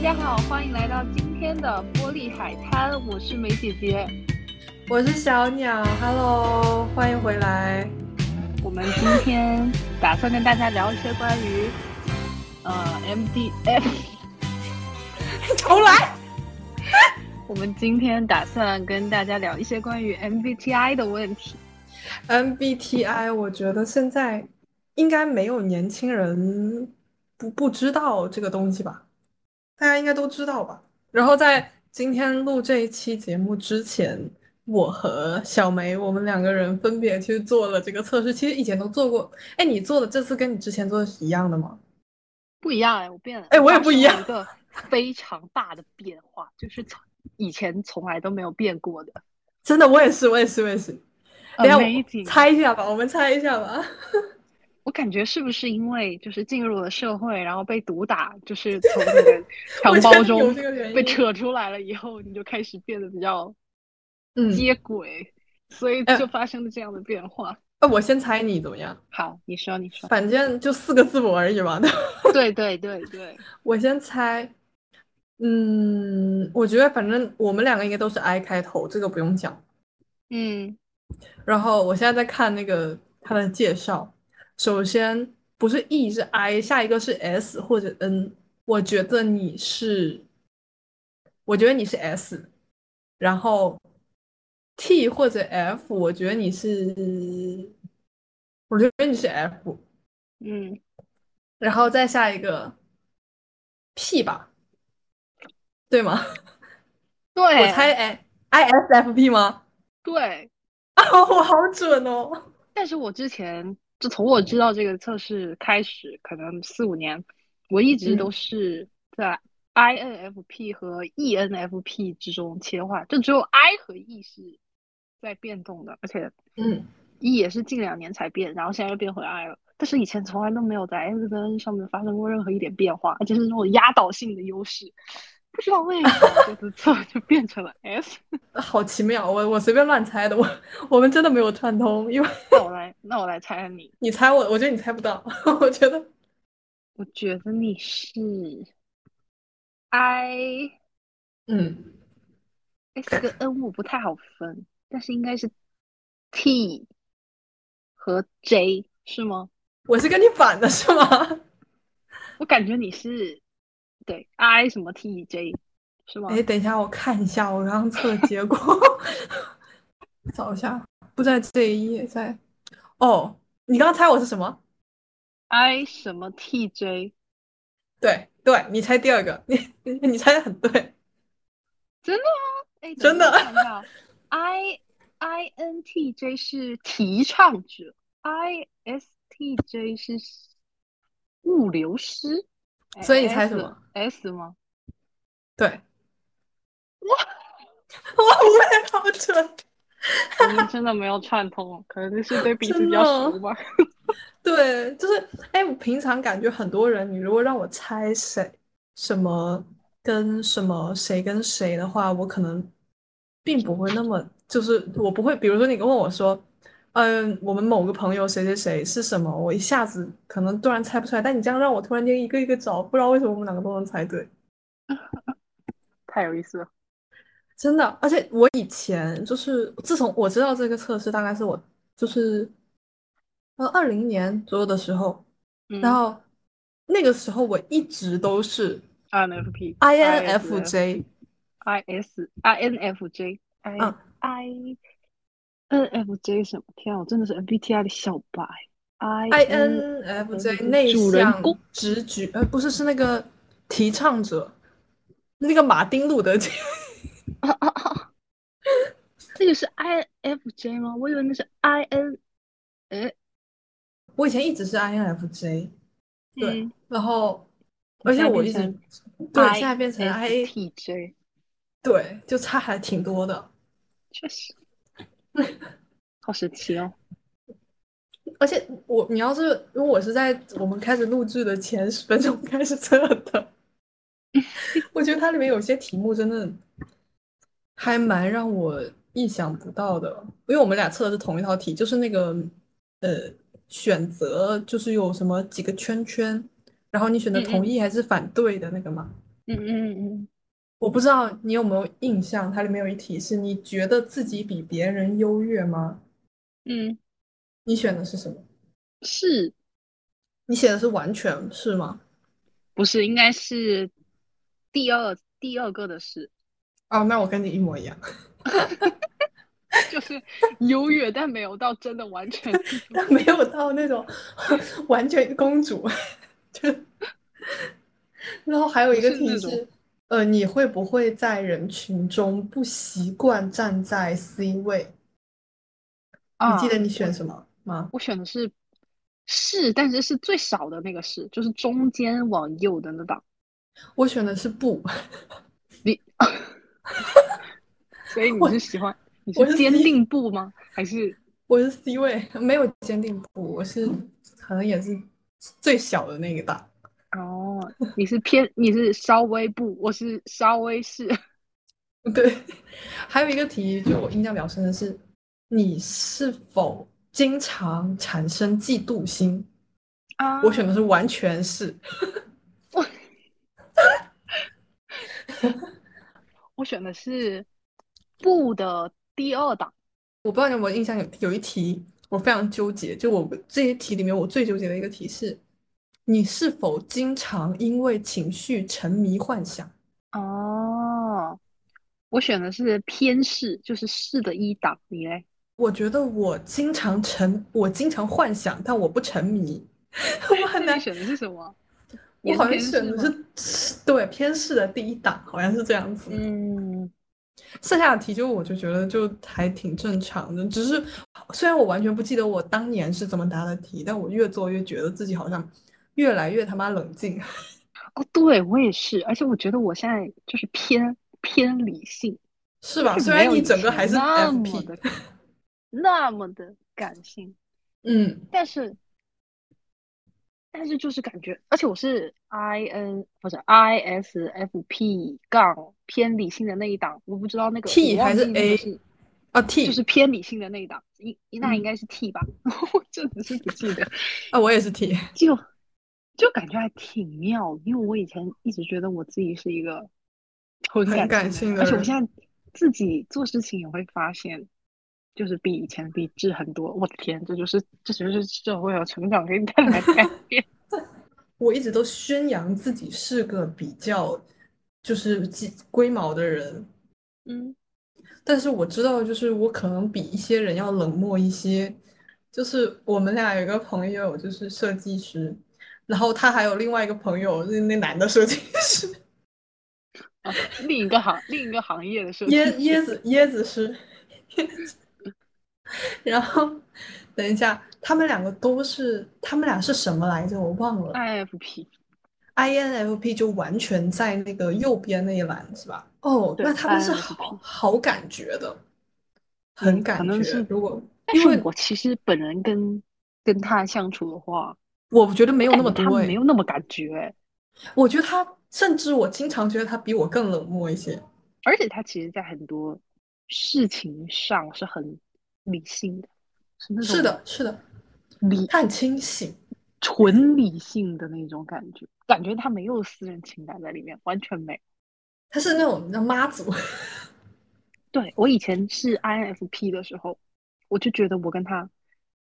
家好，欢迎来到今天的玻璃海滩，我是梅姐姐。我是小鸟，Hello，欢迎回来。我们今天打算跟大家聊一些关于呃 MDF。重来。 我们今天打算跟大家聊一些关于 MBTI 的问题。 MBTI，我觉得现在应该没有年轻人不不知道这个东西吧？大家应该都知道吧？然后在今天录这一期节目之前，我和小梅我们两个人分别去做了这个测试，其实以前都做过。哎，你做的这次跟你之前做的是一样的吗？不一样哎，我变了。哎我也不一样发生了一个非常大的变化，就是从以前从来都没有变过的。真的，我也是，我也是，我也是。 等一下，我 Amazing！猜一下吧，我们猜一下吧。我感觉是不是因为就是进入了社会，然后被毒打，就是从你的 我强觉得暴有中这个原被因。扯出来了以后，你就开始变得比较嗯，接轨，所以哎就发生了这样的变化。那呃我先猜你怎么样？好，你说，你 说。反正就四个字母而已嘛。 对吧对对对对，我先猜，嗯，我觉得反正我们两个应该都是 I 开头，这个不用讲。嗯然后我现在在看那个它的介绍，首先不是 E 是 I，下一个是 S 或者 N。我觉得你是，我觉得你是 S，然后 T 或者 F，我觉得你是，我觉得你是 F，嗯，然后再下一个 P 吧，对吗？对，我猜哎，ISFP 吗？ 对。啊，我好准哦！但是我之前就从我知道这个测试开始，可能四五年，我一直都嗯是在 INFP 和 E ENFP 之中切换，就只有 I 和 E 是在变动的，而且嗯， E 也是近两年才变，然后现在又变回 I 了。但是以前从来都没有在 S 跟 N 上面发生过任何一点变化，而且是那种压倒性的优势。不知道为什么这次测就变成了 S。 好奇妙，我我随便乱猜的，我我们真的没有串通，因为那我来，那我来猜猜你，你猜我，我觉得你猜不到， 我觉得我觉得你是 I。嗯 S 跟 N 我不太好分，但是应该是 T 和 J 是吗？我是跟你反的是吗？我感觉你是对 I 什么 T J 是吗？哎，等一下，我看一下我刚刚测的结果， 找一下，不在这一页，在哦，你刚刚猜我是什么？ i 什么 T J 对对，你猜第二个，你你你猜的很对，真的吗？哎，等真一下的我看一下 I I N T J 是提倡者，I S T J 是物流师，哎所以你猜什 S- 么？S 吗？对，哇，我也好准。我们真的没有串通，可能就是对彼此比较真的 熟吧。对，就是，哎，我平常感觉很多人，你如果让我猜谁什么跟什么谁跟谁的话，我可能并不会那么，就是我不会，比如说你跟我说，嗯，我们某个朋友谁谁谁是什么，我一下子可能突然猜不出来，但你这样让我突然间一个一个找，不知道为什么我们两个都能猜对，太有意思了。真的。而且我以前就是，自从我知道这个测试，大概是我就是呃二零年左右的时候。嗯然后那个时候我一直都是 INFP、啊 INFJ， IS、INFJ、I 嗯 I NFJ 什么？天啊，我真的是 MBTI 的小白。IN INFJ 主内主人向公、直觉，呃，不是，是那个提倡者，那个马丁路德金。啊啊啊！这个是 INFJ 吗？我以为那是 IN。哎，我以前一直是 INFJ，对嗯然后而且我一直现在变对，现在变哎 成 I， ISTJ，对，就差还挺多的。确 实，好神奇哦。而且我，你要是，因为我是在我们开始录制的前十分钟开始测的， 我觉得它里面有些题目真的还蛮让我意想不到的，因为我们俩测的是同一套题，就是那个呃选择，就是有什么几个圈圈，然后你选择嗯嗯同意还是反对的那个嘛，嗯嗯嗯我不知道你有没有印象，它里面有一题是你觉得自己比别人优越吗？嗯嗯，你选的是什么？是你写的是完全是吗？不是应该是第二第二个的是，哦，那我跟你一模一样。 就是优越，但没有到真的完全 但没有到那种 完全公主，就。然后还有一个不是题那种是，呃，你会不会在人群中不习惯站在 C 位？你啊。记得你选什么吗？我选的是是，但是是最少的那个是，就是中间往右的那档。我选的是不，你，所以你我是喜欢你我是坚 C 定不吗？还是我是 C 位，没有坚定不，我是可能也是最小的那个吧。 哦，你是偏你是稍微不，我是稍微是。对，还有一个题，就我印象比较深的是，你是否经常产生嫉妒心？啊我选的是完全是。我选的是不的第二档。我不知道你有没有印象有，有一题我非常纠结，就我这些题里面我最纠结的一个题是，你是否经常因为情绪沉迷幻想？哦，我选的是偏是，就是是的一档。你嘞？我觉得我经常沉，我经常幻想，但我不沉迷。 我很 那难你，选的是什么？我 也好是像偏选是的是对偏试的第一档，好像是这样子。嗯剩下的题就我就觉得就还挺正常的，只是虽然我完全不记得我当年是怎么答的题，但我越做越觉得自己好像越来越他妈冷静。 哦，对，我也是，而且我觉得我现在就是偏偏理性，是吧？就虽没然有你以整个前还是那么 FP，的那么的感性，嗯，但是但是就是感觉，而且我是 I N 不是 I S F P 杠偏理性的那一档，我不知道那个 T 我忘还是记那个 A？是啊就是，T 偏理性的那一档，应那嗯应该是 T 吧， 我真的是不记得，啊，我也是 T，就就感觉还挺妙的，因为我以前一直觉得我自己是一个很很感感性性的人，的而且我人现在自己做事情也会发现，就是比以前理智很多。我的天，这就是这就是社会和成长给你带来的改 变。我一直都宣扬自己是个比较就是鸡龟毛的人，嗯，但是我知道就是我可能比一些人要冷漠一些。就是我们俩有一个朋友就是设计师，然后他还有另外一个朋友，就是那男的设计 师，啊， 另一个行另一个行业的设计椰椰子椰子是， 然后等一下，他们两个都是，他们俩是什么来着？我忘啊了。 IFP， INFP 就完全在那个右边那一栏是吧？哦，对那他们是 INFP 好好感觉的，很嗯可感能觉。是如果但因是为我其实本人跟跟他相处的话，我觉得没有那感么觉他多哎没，有那么感觉，我觉得他甚至我经常觉得他比我更冷漠一些。而且他其实在很多事情上是很理性的，是那是种的，是的，理他很清醒。纯理性的那种感觉，感觉他没有私人情感在里面，完全没。他是那种那妈祖， 对，我以前是 INFP 的时候，我就觉得我跟他，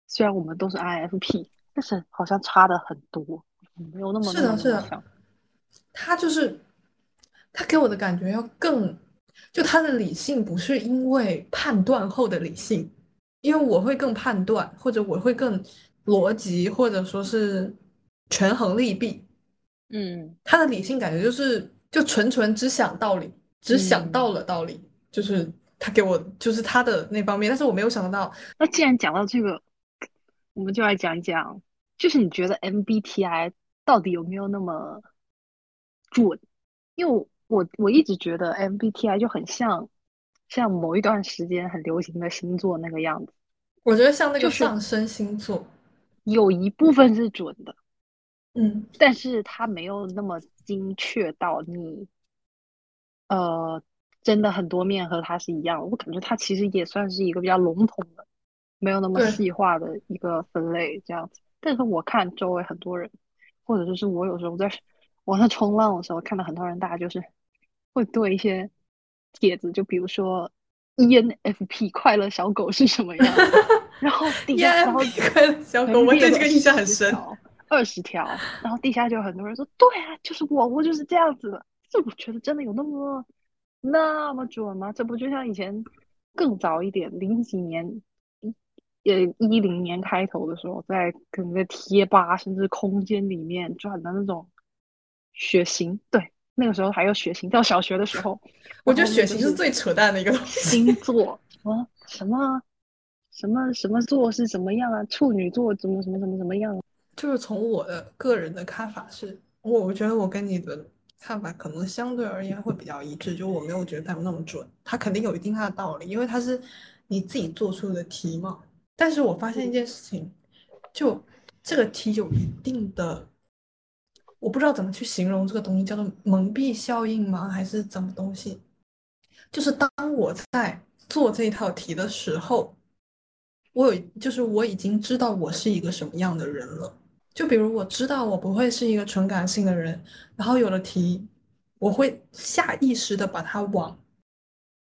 虽然我们都是 INFP，但是好像差的很多，没有那么是那的么是那么的像。他就是他给我的感觉要更，就他的理性不是因为判断后的理性，因为我会更判断，或者我会更逻辑，或者说是权衡利弊。嗯，他的理性感觉就是就纯纯只想道理，只嗯想到了道理，就是他给我就是他的那方面，但是我没有想到那既然讲到这个，我们就来讲一讲，就是你觉得 MBTI 到底有没有那么准？因为我我一直觉得 MBTI 就很像像某一段时间很流行的星座那个样子。我觉得像那就个是上升星座，有一部分是准的，嗯，但是它没有那么精确到你，呃，真的很多面和它是一样的。我感觉它其实也算是一个比较笼统的，没有那么对细化的一个分类这样子。但是我看周围很多人，或者就是我有时候在我在冲浪的时候看到很多人，大家就是会对一些帖子，就比如说 E ENFP 快乐小狗是什么样 的，然后底，E 下然后哎 ENFP 快乐小呃狗，我对这个印象很深。二十条，然后底下就有很多人说，对啊，就是我，我就是这样子的。这我觉得真的有那么那么准吗？这不就像以前更早一点，零几年，呃一零年开头的时候，在可能在贴吧甚至空间里面转的那种血型，对，那个时候还有血型，到小学的时 候，我觉得血型是最扯淡的一个东西。星座啊，什么什么什么座是什么样啊？处女座怎么什么什么什么样啊？就是从我的个人的看法是，我我觉得我跟你的看法可能相对而言会比较一致，就我没有觉得它有那么准，它肯定有一定它的道理，因为它是你自己做出的题嘛。但是我发现一件事情，就这个题有一定的，我不知道怎么去形容这个东西，叫做蒙蔽效应吗？还是怎么东西？就是当我在做这一套题的时候，我有就是我已经知道我是一个什么样的人了。就比如我知道我不会是一个纯感性的人，然后有了题，我会下意识的把它往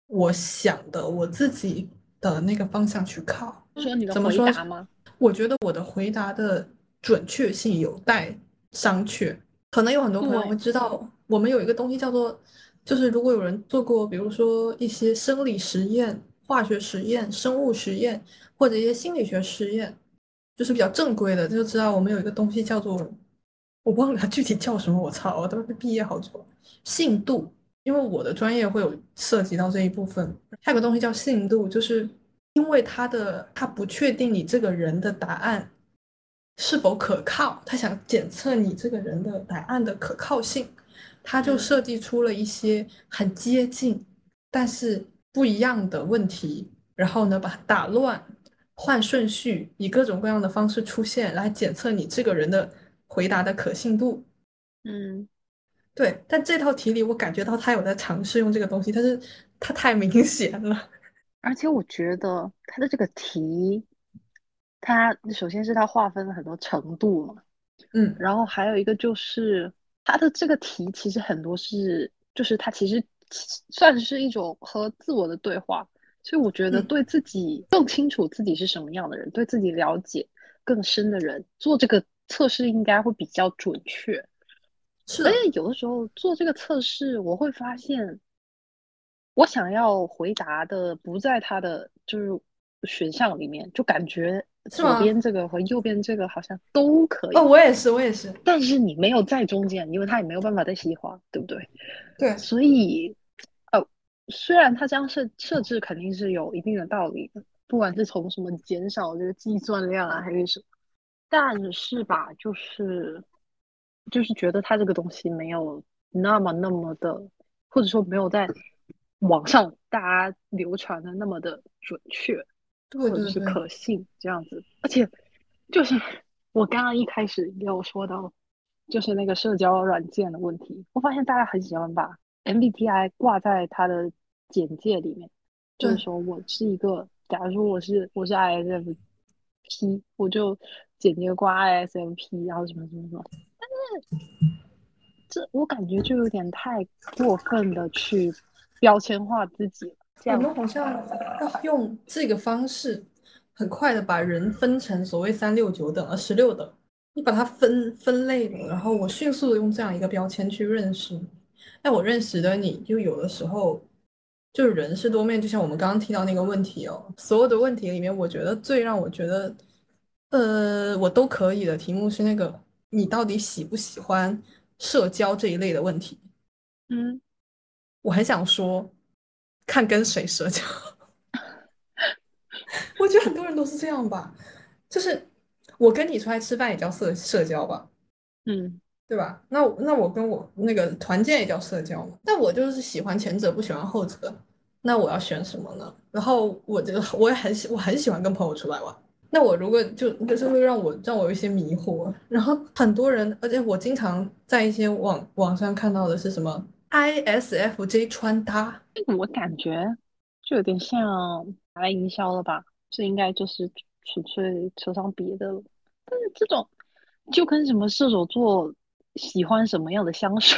我想的我自己的那个方向去靠。说你的怎么回说答吗？我觉得我的回答的准确性有待商榷，可能有很多朋友对会知道，我们有一个东西叫做，就是如果有人做过，比如说一些生理实验、化学实验、生物实验，或者一些心理学实验，就是比较正规的，就知道我们有一个东西叫做，我忘了它具体叫什么，我操，我他妈毕业好久了，信度，因为我的专业会有涉及到这一部分。还有个东西叫信度，就是因为它的它不确定你这个人的答案是否可靠，他想检测你这个人的答案的可靠性，他就嗯设计出了一些很接近但是不一样的问题，然后呢把它打乱，换顺序，以各种各样的方式出现，来检测你这个人的回答的可信度。嗯。对，但这套题里我感觉到他有在尝试用这个东西，但是他太明显了。而且我觉得它的这个题，它首先是它划分了很多程度嘛，嗯然后还有一个就是它的这个题其实很多是，就是它其实其算是一种和自我的对话，所以我觉得嗯对自己更清楚自己是什么样的人，对自己了解更深的人做这个测试应该会比较准确。是而的，且有的时候做这个测试，我会发现，我想要回答的不在它的就是选项里面，就感觉是左吗边这个和右边这个好像都可以，哦，我也是，我也是，但是你没有在中间，因为它也没有办法再细化，对不对？对，所以，呃，虽然它这样设设置肯定是有一定的道理的，不管是从什么减少这个计算量啊，还是什么，但是吧，就是就是觉得它这个东西没有那么那么的，或者说没有在网上大家流传的那么的准确。对或者对是对，可信这样子。而且就是我刚刚一开始也有说到，就是那个社交软件的问题，我发现大家很喜欢把 MBTI 挂在它的简介里面，就对是说我是一个，假如说我是我是 ISFP，我就简介挂 ISFP，然后什么什么什么。但是这我感觉就有点太过分的去标签化自己了，这我样们好像要用这个方式，很快的把人分成所谓三六九等啊、十六等，你把它分分类了，然后我迅速的用这样一个标签去认识你。但我认识的你，就有的时候，就是人是多面，就像我们刚刚提到那个问题哦，所有的问题里面，我觉得最让我觉得，呃，我都可以的题目是那个你到底喜不喜欢社交这一类的问题。嗯。我很想说，看跟谁社交。 我觉得很多人都是这样吧，就是我跟你出来吃饭也叫社社交吧，嗯对吧？那我那我跟我那个团建也叫社交嘛。那我就是喜欢前者，不喜欢后者。那我要选什么呢？然后我就我也很喜我很喜欢跟朋友出来玩。那我如果就就是会让我让我有一些迷惑。然后很多人，而且我经常在一些网网上看到的是什么 ISFJ 穿搭。这个我感觉就有点像拿来营销了吧，这应该就是纯粹扯上别的了。但是这种就跟什么射手座喜欢什么样的香水，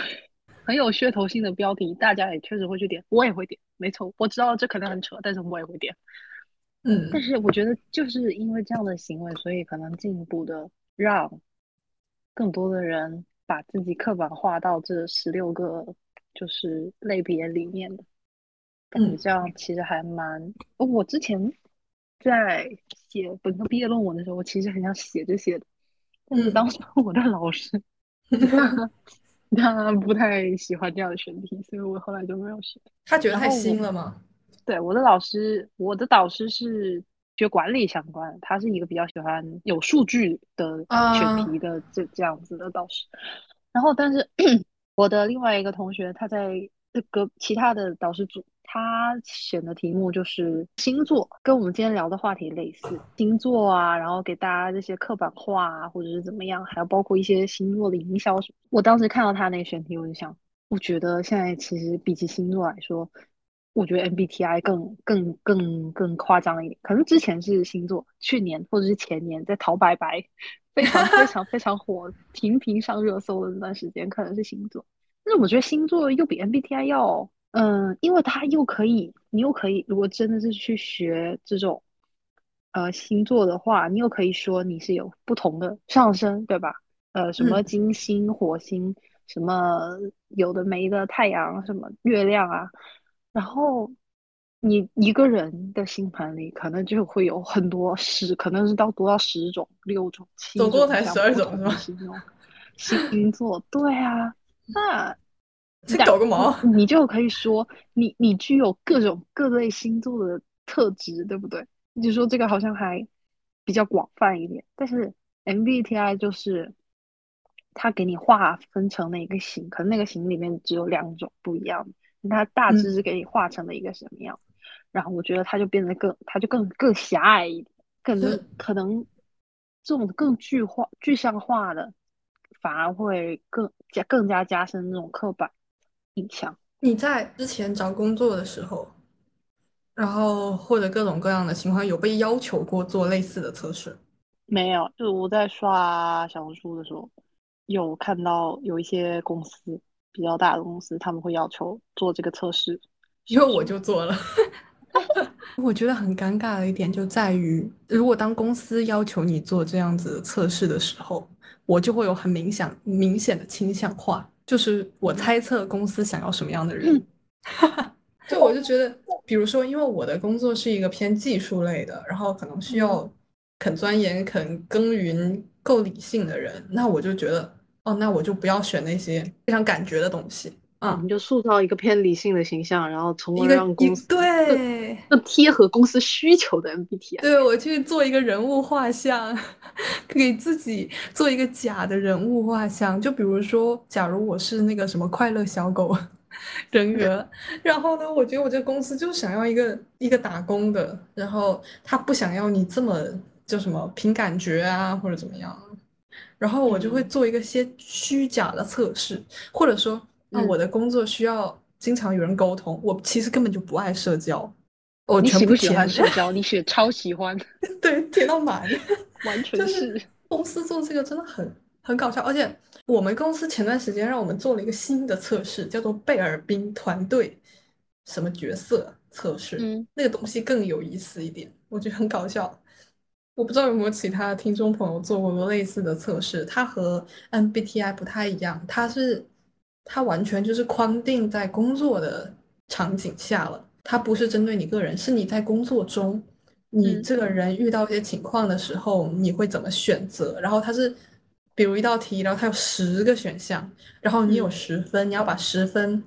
很有噱头性的标题，大家也确实会去点，我也会点，没错，我知道这可能很扯，但是我也会点。嗯但是我觉得就是因为这样的行为，所以可能进一步的让更多的人把自己刻板化到这十六个就是类别里面的。感觉嗯这样其实还蛮……哦我之前在写本科毕业论文的时候，我其实很想写这些的，但是嗯当时我的老师 他不太喜欢这样的选题，所以我后来就没有写。他觉得然太后我新了吗？对，我的老师，我的导师是学管理相关的，他是一个比较喜欢有数据的选啊，题的这这样子的导师。然后，但是 我的另外一个同学，他在这个其他的导师组，他选的题目就是星座，跟我们今天聊的话题类似，星座啊，然后给大家这些刻板化啊，或者是怎么样，还有包括一些星座的营销什么。我当时看到他那个选题，我就想，我觉得现在其实比起星座来说，我觉得 MBTI 更更更更夸张一点。可能之前是星座，去年或者是前年在陶白白 非常非常非常火，频频上热搜的那段时间，可能是星座。但是我觉得星座又比 MBTI 要，嗯，因为它又可以，你又可以，如果真的是去学这种。呃，星座的话，你又可以说你是有不同的上升，对吧？呃，什么嗯金星、火星，什么有的没的太阳、什么月亮啊，然后你一个人的星盘里可能就会有很多十，可能是到多到十种、六种、七总共种才这十样二不种是同的吗？星座。星座，对啊，那这那搞个毛！你就可以说你你具有各种各类星座的特质，对不对？你就说这个好像还比较广泛一点，但是 MBTI 就是它给你划分成了一个型，可能那个型里面只有两种不一样，它大致嗯是给你划成了一个什么样，然后我觉得它就变得更，它就更更狭隘一点，可能嗯可能这种更具化具象化的，反而会更加更加加深那种刻板印象。 你在之前找工作的时候，然后或者各种各样的情况，有被要求过做类似的测试？没有，就我在刷小红书的时候，有看到有一些公司比较大的公司，他们会要求做这个测试。因为我就 做了。我觉得很尴尬的一点就在于，如果当公司要求你做这样子的测试的时候，我就会有很明显明显的倾向化，就是我嗯猜测公司想要什么样的人。嗯， 就我就觉得，比如说，因为我的工作是一个偏技术类的，然后可能需嗯要肯钻研、肯耕耘、够理性的人，那我就觉得，哦，那我就不要选那些非常感觉的东西你啊，就塑造一个偏理性的形象，然后从一而个嗯让一公司更 对。更贴合公司需求的 MBTI。对，我去做一个人物画像， 给自己做一个假的人物画像。就比如说，假如我是那个什么快乐小狗 人员，然后呢，我觉得我这个公司就想要一个一个打工的，然后他不想要你这么叫什么凭感觉啊，或者怎么样。然后我就会嗯做一个些虚假的测试，或者说啊，我嗯，的工作需要经常与人沟通，我其实根本就不爱社交，我你全喜部不喜填。欢 社交？你喜超喜欢，对，填到满，完就全是是。公司做这个真的很很搞笑，而且我们公司前段时间让我们做了一个新的测试，叫做贝尔宾团队什么角色测试，嗯，那个东西更有意思一点，我觉得很搞笑。我不知道有没有其他听众朋友做过类似的测试，它和 MBTI 不太一样，它是它完全就是框定在工作的场景下了，它不是针对你个人，是你在工作中，你嗯这个人遇到一些情况的时候，你会怎么选择？然后它是比如一道题，然后它有十个选项，然后你有嗯十分，你要把十分。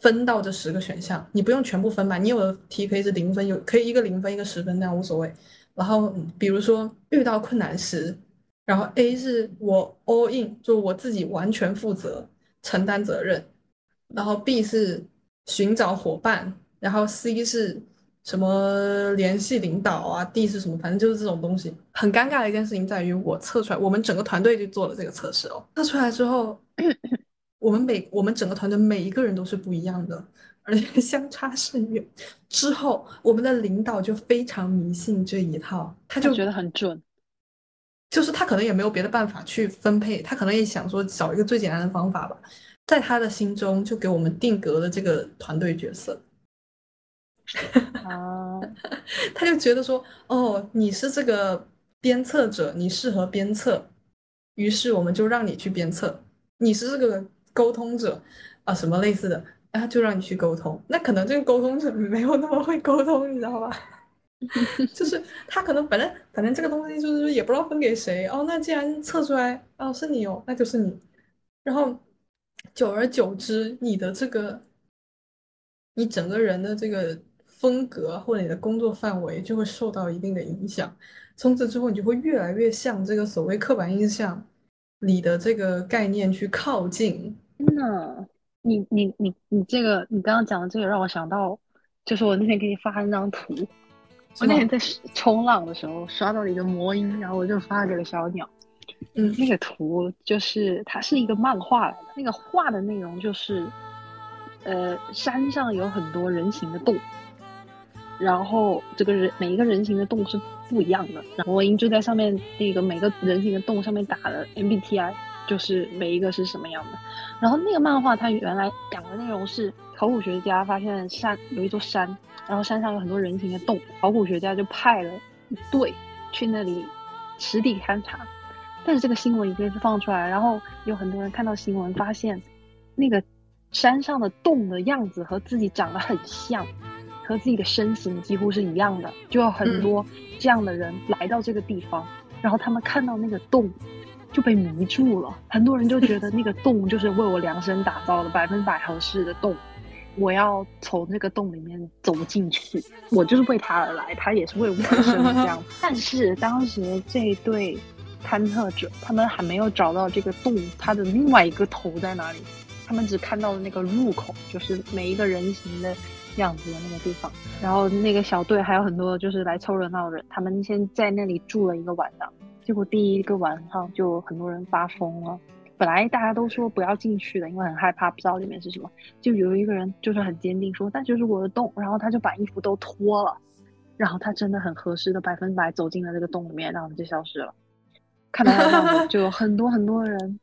分到这十个选项，你不用全部分吧？你有的题可以是零分，有可以一个零分，一个十分，那样无所谓。然后嗯比如说遇到困难时，然后 A 是我 all in，就我自己完全负责承担责任，然后 B 是寻找伙伴，然后 C 是什么联系领导啊，D 是什么，反正就是这种东西。很尴尬的一件事情在于，我测出来，我们整个团队就做了这个测试哦，测出来之后， 我们每我们整个团队每一个人都是不一样的，而且相差甚远。之后，我们的领导就非常迷信这一套，他他 就觉得很准。就是他可能也没有别的办法去分配，他可能也想说找一个最简单的方法吧，在他的心中就给我们定格了这个团队角色，啊，他就觉得说，哦，你是这个鞭策者，你适合鞭策，于是我们就让你去鞭策，你是这个沟通者啊，什么类似的，啊，就让你去沟通，那可能这个沟通者没有那么会沟通，你知道吧？ 就是他可能本来反正这个东西就是也不知道分给谁哦，那既然测出来哦是你哦，那就是你，然后久而久之，你的这个你整个人的这个风格啊或者你的工作范围就会受到一定的影响，从此之后你就会越来越向这个所谓刻板印象里的这个概念去靠近。真的，你你你你这个，你刚刚讲的这个让我想到，就是我那天给你发的那张图，是我哦那吗天在冲浪的时候刷到了一个魔音，然后我就发给了小鸟。嗯那个图就是它是一个漫画来的，那个画的内容就是，呃，山上有很多人形的洞，然后这个人每一个人形的洞是不一样的，然后魔音就在上面那个每个人形的洞上面打了 MBTI，就是每一个是什么样的。然后那个漫画它原来讲的内容是考古学家发现山有一座山，然后山上有很多人形的洞，考古学家就派了一队去那里实地勘察。但是这个新闻已经是放出来，然后有很多人看到新闻发现，那个山上的洞的样子和自己长得很像，和自己的身形几乎是一样的，就有很多这样的人来到这个地方，然后他们看到那个洞就被迷住了，很多人就觉得那个洞就是为我量身打造的百分百合适的洞。我要从这个洞里面走进去，我就是为他而来，他也是为我而生的这样。但是当时这一对勘测者，他们还没有找到这个洞它的另外一个头在哪里，他们只看到了那个入口，就是每一个人形的样子的那个地方。然后那个小队还有很多就是来凑热闹的人，他们先在那里住了一个晚上，结果第一个晚上就很多人发疯了。本来大家都说不要进去的，因为很害怕，不知道里面是什么。就有一个人就是很坚定说那就是我的洞，然后他就把衣服都脱了，然后他真的很合适的百分百走进了这个洞里面，然后就消失了。看到他这样子，就有很多很多人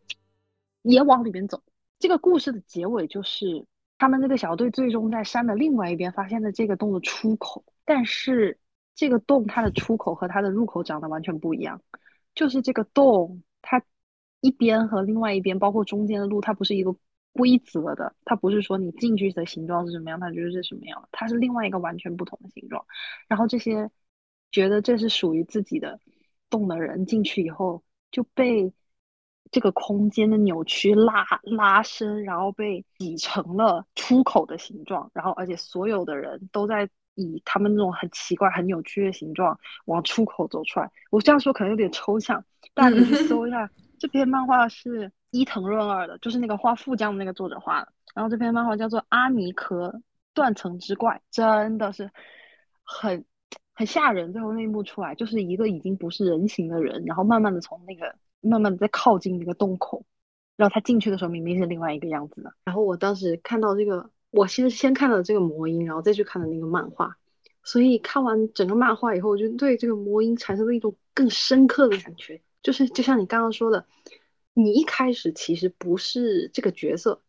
也往里面走。这个故事的结尾就是他们这个小队最终在山的另外一边发现了这个洞的出口，但是这个洞它的出口和它的入口长得完全不一样，就是这个洞它一边和另外一边，包括中间的路，它不是一个规则的，它不是说你进去的形状是什么样，它就是什么样，它是另外一个完全不同的形状。然后这些觉得这是属于自己的洞的人进去以后，就被这个空间的扭曲拉拉伸，然后被挤成了出口的形状，然后而且所有的人都在以他们那种很奇怪、很扭曲的形状往出口走出来。我这样说可能有点抽象，大家可以去搜一下这篇漫画是伊藤润二的，就是那个画富江的那个作者画的。然后这篇漫画叫做《阿尼壳断层之怪》，真的是很很吓人。最后那一幕出来，就是一个已经不是人形的人，然后慢慢的从那个慢慢的在靠近那个洞口，然后他进去的时候明明是另外一个样子的。然后我当时看到这个，我先先看了这个魔音，然后再去看的那个漫画。所以看完整个漫画以后，我就对这个魔音产生了一种更深刻的感觉，就是就像你刚刚说的，你一开始其实不是这个角色，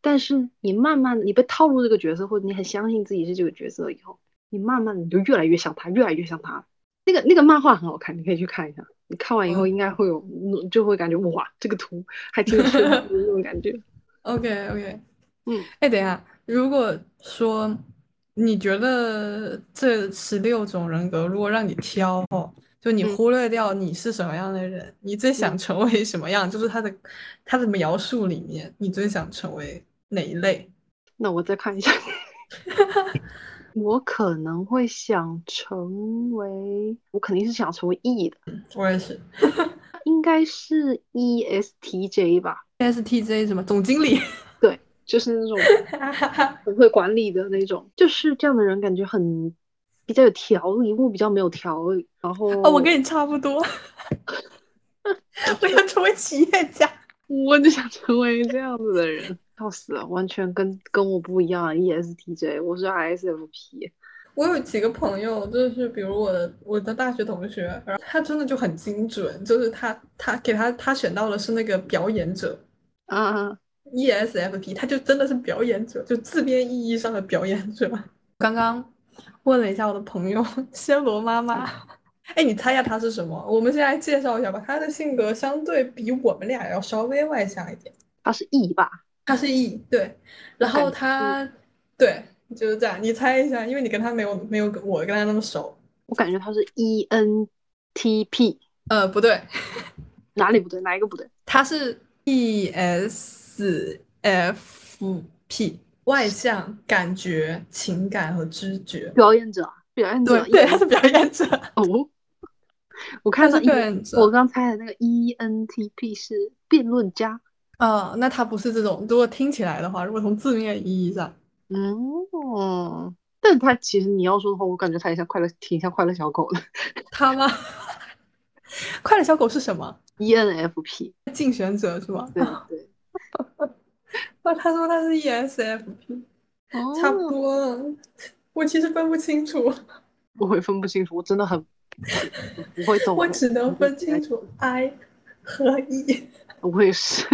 但是你慢慢的你被套入这个角色，或者你很相信自己是这个角色以后，你慢慢的你就越来越像他，越来越像他。那个那个漫画很好看，你可以去看一下。你看完以后哦应该会有，就会感觉哇，这个图还挺有深度的那 种感觉。 OK OK，嗯，哎，等一下，如果说你觉得这十六种人格，如果让你挑哦，就你嗯忽略掉你是什么样的人，你最想嗯成为什么样，就是他的他的描述里面，你最想成为哪一类？那我再看一下， 我可能会想成为，我肯定是想成为 E 的，我也是应该是 E ESTJ 吧， ，STJ 什么总经理，就是那 种很会管理的那种，就是这样的人感觉很比较有条理，我比较没有条理，然后哦，我跟你差不多， 我想成为企业家。 我就想成为这样子的人，笑死了，完全跟跟我不一样，ESTJ，我是 ISFP。我有几个朋友，就是比如我的我的大学同学，然后他真的就很精准，就是他他给他他选到的是那个表演者，E 啊， ESFP，他就真的是表演者，就字面意义上的表演者。 刚刚问了一下我的朋友暹罗妈妈，哎，你猜一下她是什么？我们先来介绍一下吧。她的性格相对比我们俩要稍微外向一点。他是 E 吧？他是 E，对，然感后他，对，就是这样。你猜一下，因为你跟他没有没有我跟他那么熟。我感觉他是 E ENTP，呃，不对，哪里不对？哪一个不对？他是 ESFP，外向、感觉、情感和知觉。表演者，啊，表演者对对， EN 他是表演者，哦，我看到他是 E，表演者我刚猜的那个 E ENTP 是辩论家。呃，那他不是这种。如果听起来的话，如果从字面意义上，嗯，但他其实你要说的话，我感觉他也像快乐，挺像快乐小狗的。他吗？快乐小狗是什么？E ENFP，竞选者是吗？对对，啊，他说他是 ESFP，差不哦，多了。我其实分不清楚，我会分不清楚，我真的很不会懂我的。只能分清楚 I 和 E。我也是，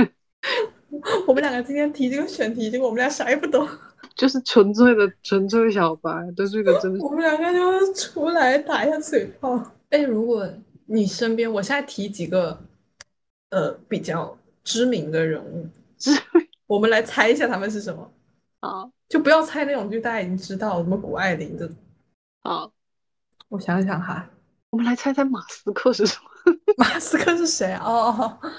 我们两个今天提这个选题，结果我们俩啥也不懂，就是纯粹的纯粹的小白，对这个真的是我们两个就出来打一下嘴炮。哎，如果你身边，我现在提几个，呃，比较知名的人物，知我们来猜一下他们是什么，好就不要猜那种就大家已经知道什么谷爱凌这种。好，我想想哈，我们来猜猜马斯克是什么？ 马斯克是谁？哦，哦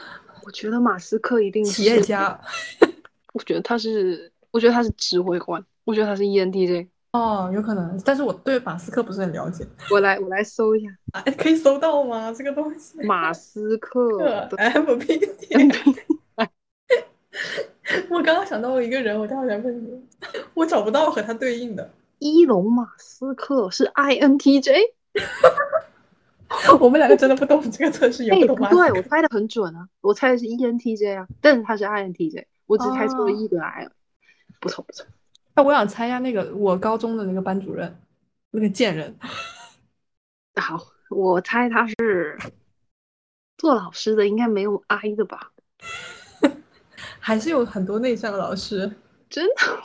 我觉得马斯克一定哦，是企业家。我觉得他是，我觉得他是指挥官，我觉得他是 E ENTJ。哦，有可能，但是我对马斯克不是很了解。我来，我来搜一下哎，可以搜到吗？这个东西？呃哎马斯克 克的，E MBTI。我刚刚想到一个人，我待会儿来问你， 我找不到和他对应的。 伊隆马斯克是 INTJ。我们两个真的不懂这个测试，也哎，不懂不马斯对，我克。猜的很准啊，我猜的是 ENTJ 啊，但是他是 INTJ，我只猜错哦了一个 I，、不错不错。哎，我想参加那个我高中的那个班主任，那个贱人。好，我猜他是做老师的，应该没有 I 的吧？还是有很多内向的老师，真的？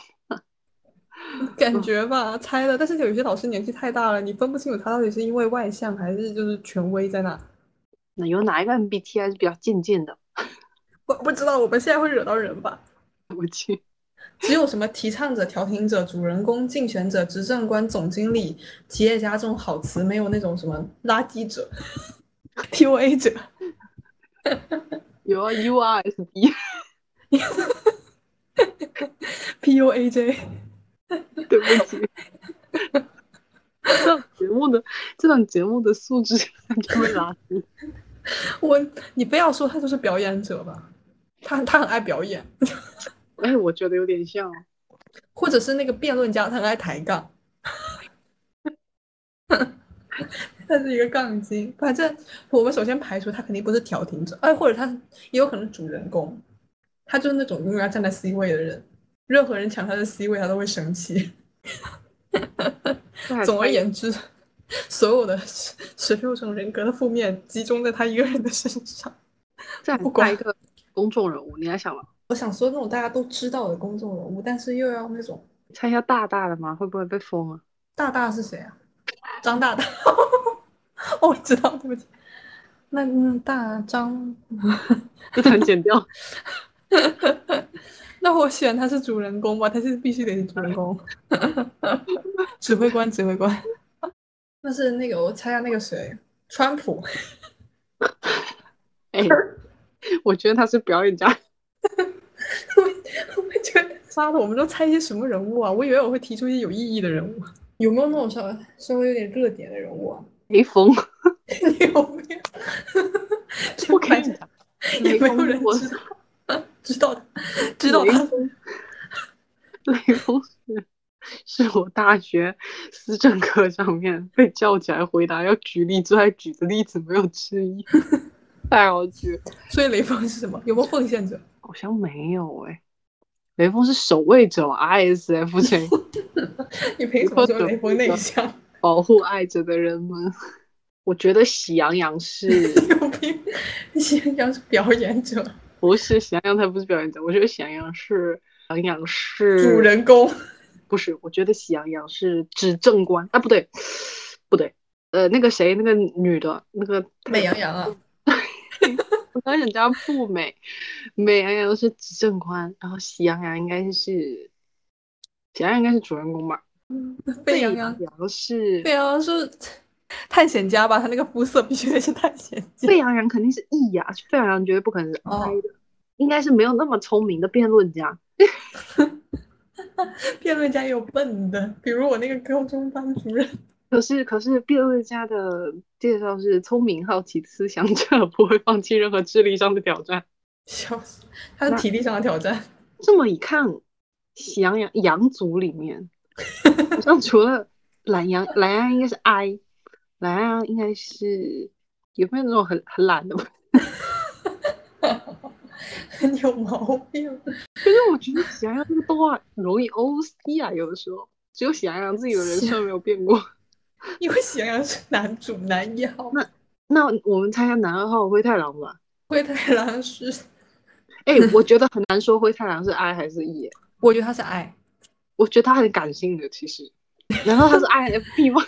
感觉吧，猜的。但是有些老师年纪太大了，你分不清楚他到底是因为外向还是就是权威在那。那有哪一个 MBTI 是比较渐渐的？我不知道我们现在会惹到人吧？我去，只有什么提倡者、调停者、主人公、竞选者、执政官、总经理、企业家这种好词，没有那种什么垃圾者、PUA 者。有啊，URSD， PUAJ，对不起。这档节目的这档节目的素质就会拉低。我你非要说他就是表演者吧，他他很爱表演，哎，我觉得有点像。或者是那个辩论家，他很爱抬杠， 他是一个杠精。反正我们首先排除他肯定不是调停者，哎，或者他也有可能是主人公，他就是那种永远要站在 C 位的人，任何人抢他的 C 位，他都会生气。这还总而太言之， 所有的十十六种人格的负面集中在他一个人的身上。这还不带管一个公众人物，你还想了？我想说那种大家都知道的公众人物，但是又要那种猜一下大大的嘛，会不会被封啊？大大是谁啊？张大 大，哦，我知道，对不起。那嗯，大张，这段剪掉。那我选他是主人公吧，他是必须得是主人公， 指挥官，指挥官。那是那个，我猜下那个谁，川普， 哎，我觉得他是表演家。我觉得妈的，我们都猜一些什么人物啊？我以为我会提出一些有意义的人物，有没有那种稍微稍微有点热点的人物啊？ 雷锋，你有没有？ 不跟你讲，也雷没有锋人我知道，知道他，知道雷他。锋，雷锋是是我大学思政课上面被叫起来回答要举例子，还举的例子没有之 一，太好举了。所以雷锋是什么？有没有奉献者？好像没有哎、雷锋是守卫者，ISF 群你凭什么说雷锋内向？ 保护爱着的人们。 我觉得喜羊羊是有病！喜羊羊是表演者，不是喜羊羊才不是表演者，我觉得喜羊羊是呃喜羊羊是主人公。不是，我觉得喜羊羊是执政官啊，不对，不对，呃，那个谁，那个女的，那个美羊 羊啊，我刚想叫不美，美羊羊是执政官，然后喜羊羊应该是喜羊羊应该是主人公吧，沸沸羊羊羊，羊是沸羊羊啊是啊 探险家吧？他那个肤色必须得是探险家。沸羊羊肯定是易呀，沸羊羊绝对不可能是哦哀的，应该是没有那么聪明的辩论家。辩论家也有笨的，比如我那个高中班主任。可是，可是辩论家的介绍是：聪明、好奇、思想者，不会放弃任何智力上的挑战。笑死，他是体力上的挑战。 这么一看，喜羊羊羊族里面， 好像除了懒羊，懒羊应该是 I，懒羊应该是有没有那种很很懒的？你有毛病！啊可是我觉得喜羊羊这个动画容易 OC 啊，有的时候只有喜羊羊自己的人设没有变过。因为喜羊羊是男主男一号，那我们猜一下男二号灰太狼吧。灰太狼是，哎，我觉得很难说灰太狼是 I 还是 E，我觉得他是 I，我觉得他很感性的，其实。难道他是 INFP 吗？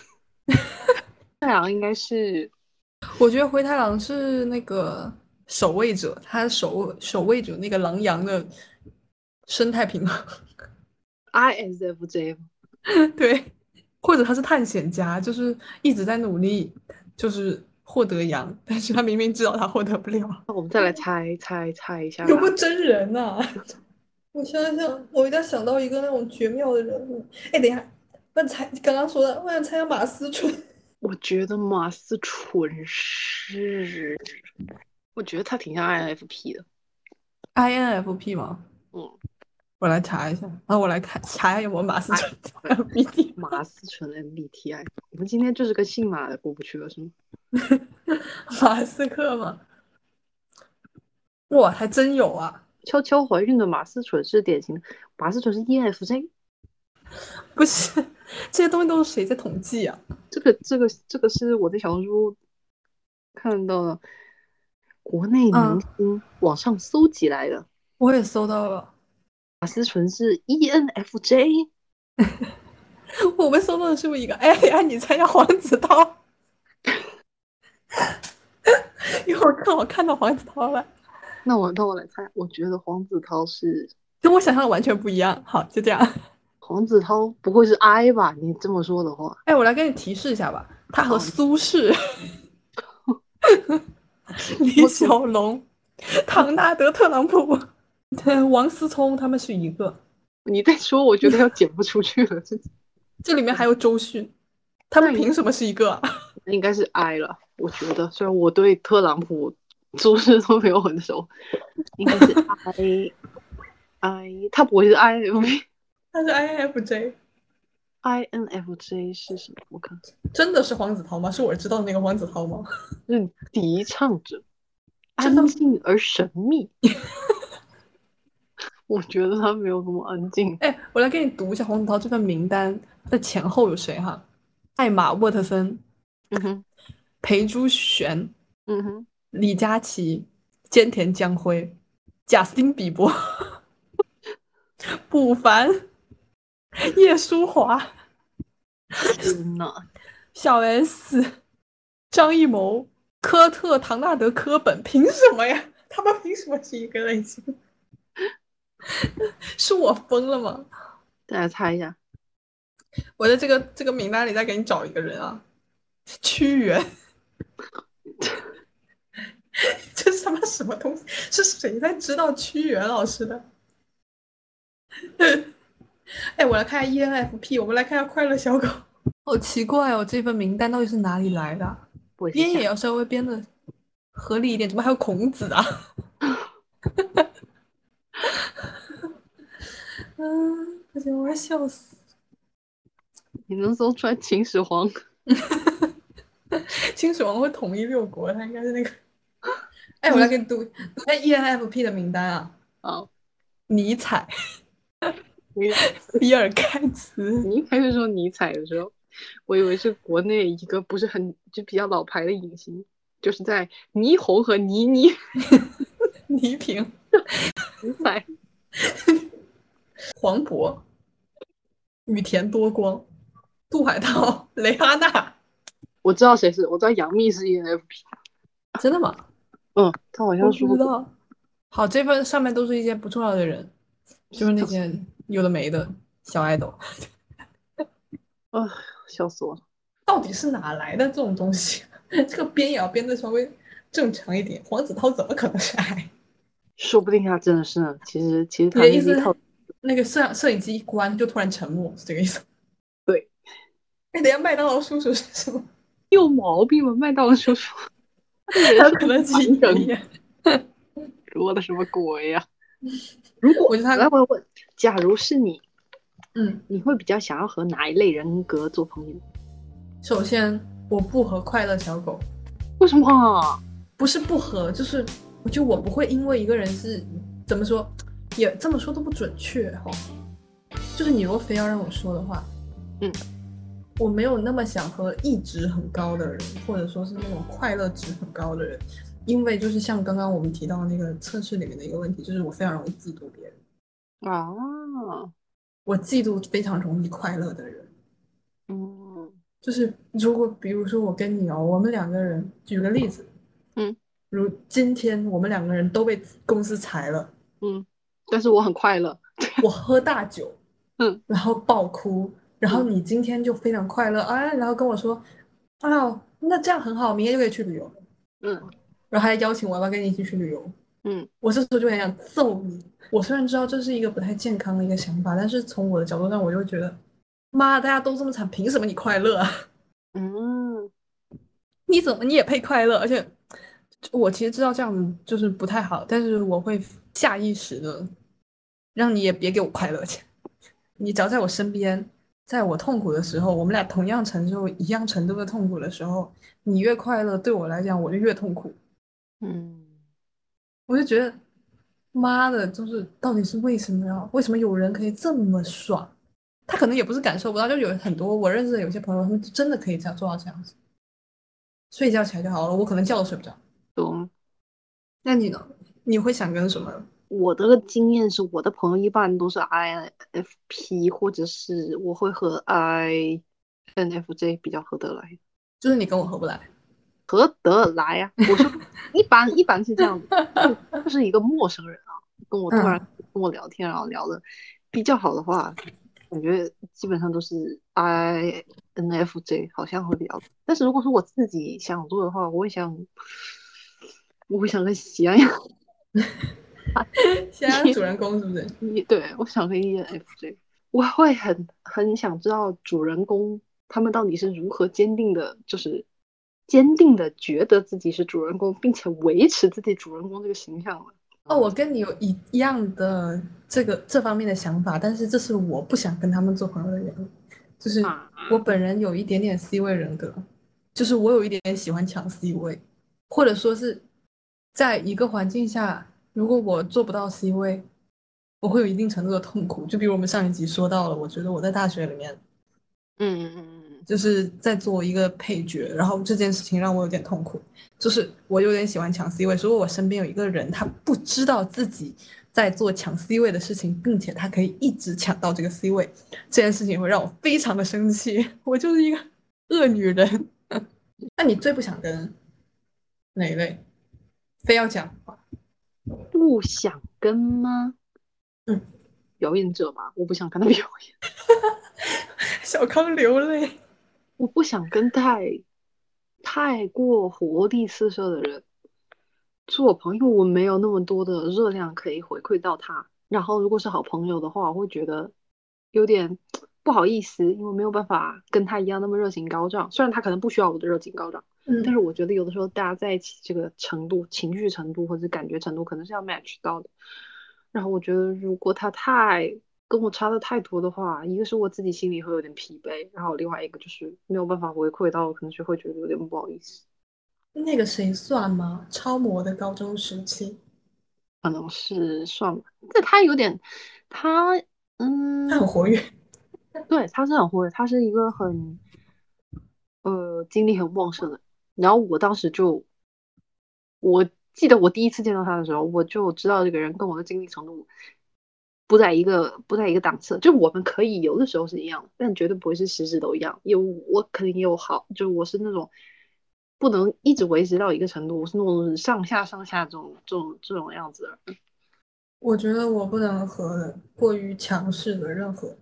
太阳应该是我觉得灰太狼是那个守卫者，他守守卫者那个狼羊的生态平衡， ISFJ 吗对，或者他是探险家，就是一直在努力，就是获得羊，但是他明明知道他获得不了。那我们再来猜猜猜一下吧。有个真人啊 呐、啊我想想，我一下想到一个那种绝妙的人物。哎，等一下，万才刚刚说的，我想猜下马思纯。我觉得马思纯是，我觉得他挺像 INFP 的。 INFP 吗？嗯，我来查一下，啊，我来看查一下有没有马思纯 MBTI。马思纯 MBTI，我们今天就是跟姓马的过不去了，是吗？ 马斯克吗？哇，还真有啊！悄悄怀孕的马思纯是典型的，马思纯是 E ENFJ，不是，这些东西都是谁在统计啊？这个这个这个是我在小红书看到的，国内明嗯星网上搜集来的。我也搜到了，马思纯是 E ENFJ， 我们搜到的是不是一个？哎呀，你猜一下黄子韬？ 因为我刚好看到黄子韬了。那我那我来猜，我觉得黄子韬是跟我想象的完全不一样。好，就这样。黄子韬不会是 I 吧？你这么说的话，哎，我来给你提示一下吧，他好和苏轼、李小龙、唐纳德·特朗普、 王思聪他们是一个。你再说，我觉得要剪不出去了， 这这里面还有周迅，他们那你凭什么是一个啊？应该是 I 了。我觉得，虽然我对特朗普、苏轼都没有很熟，应该是 I I，他不会是 I F 他是 INFJ， I N F J 是什么？我看真的是黄子韬吗？是我知道的那个黄子韬吗？ 是敌唱者， 真的安静而神 秘。我觉得他没有那么安静。哎，我来给你读一下黄子韬这份名单的前后有谁哈？艾玛·沃特森、嗯哼，裴珠璇、嗯哼。李佳琦、菅田将晖、贾斯汀比伯、 卜凡、叶舒华、天呐，小 S、张艺谋、科特·唐纳德·科本，凭什么呀？他们凭什么是一个类型？ 是我疯了吗？再来猜一下，我在这个这个名单里再给你找一个人啊，屈原， 这是他妈什么东西？是谁在知道屈原老师的？ 哎，我来看一下 ENFP，我们来看一下快乐小狗。好奇怪哦，这份名单到底是哪里来的啊？我编想也要稍微编的合理一点，怎么还有孔子啊？ 嗯，不行，我要笑死。你能搜出来秦始皇？ 秦始皇会统一六国，他应该是 那个。哎，E 哎，我来给你读读那 ENFP 的名单啊，啊，尼采、那个比尔盖茨。你一开始说尼采的时候，我以为是国内一个不是很就比较老牌的影星，就是在倪虹和倪妮倪萍、尼采。黄渤、羽田多光、杜海涛、蕾哈娜， 我知道谁是，我知道杨幂是 E ENFP，真的吗？嗯，她好我像不说知过，道。好，这份上面都是一些不重要的人，就是那些有的没的小爱豆，啊，笑死我了。到底是哪来的这种东西？ 这个编也要编的稍微正常一点。黄子韬怎么可能是爱？说不定他真的是呢，其实其实你他的那意思一是套，那个摄摄影机一关就突然沉默，是这个意思？ 对。哎，等一下，麦当劳叔叔是 什么？你有毛病吧？麦当劳叔叔， 他可能基完整因。说的什么鬼呀、如果我觉得来，他，我要问，假如是你，嗯，你会比较想要和哪一类人格做朋友？首先我不和快乐小狗，为什么啊？不是不和，就是我觉得我不会因为一个人是怎么说，也这么说都不准确哈、就是你如果非要让我说的话，嗯，我没有那么想和意志很高的人，或者说是那种快乐值很高的人，因为就是像刚刚我们提到的那个测试里面的一个问题，就是我非常容易嫉妒别人，啊，我嫉妒非常容易快乐的人。嗯就是如果比如说我跟你哦，我们两个人举个例子，嗯，如今天我们两个人都被公司裁了，嗯，但是我很快乐。我喝大酒，嗯，然后爆哭，然后你今天就非常快乐啊，然后跟我说，啊，那这样很好，明天就可以去旅游了，嗯然后还邀请我要不要跟你一起去旅游，嗯我这时候就很想揍你。我虽然知道这是一个不太健康的一个想法，但是从我的角度上，我就会觉得，妈，大家都这么惨，凭什么你快乐啊？嗯你怎么你也配快乐？而且我其实知道这样子就是不太好，但是我会下意识的让你也别给我快乐去。 你只要在我身边，在我痛苦的时候，我们俩同样承受一样程度的痛苦的时候，你越快乐，对我来讲我就越痛苦。嗯，我就觉得，妈的，就是到底是为什么呀？为什么有人可以这么爽？他可能也不是感受不到，就有很多我认识的有些朋友，他们真的可以这样做到这样子，睡觉起来就好了。我可能觉都睡不着。懂。那你呢？你会想跟什么人？我的经验是，我的朋友一般都是 INFP，或者是我会和 INFJ 比较合得来。就是你跟我合不来，合得来呀、我说一般一般是这样子，就就是一个陌生人啊，跟我突然跟我聊天，然后聊的比较好的话，感觉基本上都是 INFJ 好像会比较。但是如果是我自己想做的话，我会想，我会想跟喜羊羊 现在主人公是不是？一，对我想跟 E ENFJ，我会很很想知道主人公他们到底是如何坚定的，就是坚定的觉得自己是主人公，并且维持自己主人公这个形象的。 哦，我跟你有一样的这个这方面的想法，但是这是我不想跟他们做朋友的原因，就是啊我本人有一点点 C 位人格，就是我有一点点喜欢抢 C 位，或者说是在一个环境下，如果我做不到 C 位，我会有一定程度的痛苦。就比如我们上一集说到了，我觉得我在大学里面嗯嗯嗯就是在做一个配角，然后这件事情让我有点痛苦，就是我有点喜欢抢 C 位。如果我身边有一个人，他不知道自己在做抢 C 位的事情，并且他可以一直抢到这个 C 位，这件事情会让我非常的生气。我就是一个恶女人。 那你最不想跟哪一类？非要讲的话，嗯，不想跟吗？嗯，表演者吧，我不想跟他表演，小康流泪。我不想跟太太过活力四射的人做朋友，我没有那么多的热量可以回馈到他。然后，如果是好朋友的话，我会觉得有点不好意思，因为没有办法跟他一样那么热情高涨。虽然他可能不需要我的热情高涨，嗯但是我觉得有的时候大家在一起这个程度、情绪程度或者感觉程度，可能是要 match 到的。然后我觉得，如果他太跟我差的太多的话，一个是我自己心里会有点疲惫，然后另外一个就是没有办法回馈到，我可能就会觉得有点不好意思。那个谁算吗？超模的高中时期。可能是算吧，但他有点，他嗯、嗯他，很活跃，对，他是很活跃，他是一个很呃精力很旺盛的人。然后我当时就，我记得我第一次见到他的时候，我就知道这个人跟我的精力程度不在一个不在一个档次。就我们可以有的时候是一样，但绝对不会是时时都一样。有我肯定也有好，就我是那种不能一直维持到一个程度，我是那种上下上下这种这种这种样子的人。我觉得我不能和过于强势的任何，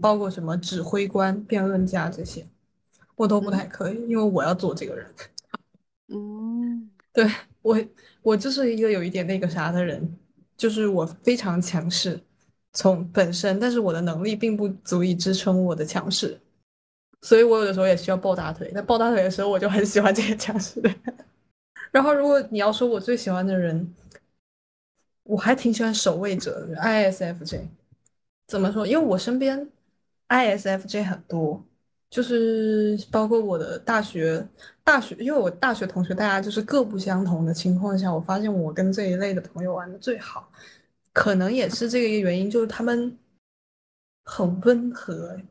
包括什么指挥官、辩论家这些，我都不太可以，因为我要做这个人。嗯我我就是一个有一点那个啥的人，就是我非常强势，从本身，但是我的能力并不足以支撑我的强势，所以我有的时候也需要抱大腿。但抱大腿的时候，我就很喜欢这个强势的人。 然后，如果你要说我最喜欢的人，我还挺喜欢守卫者的 ISFJ。怎么说？因为我身边 ISFJ 很多，就是包括我的大学，大学，因为我大学同学大家就是各不相同的情况下，我发现我跟这一类的朋友玩的最好，可能也是这个原因，就是他们很温和，欸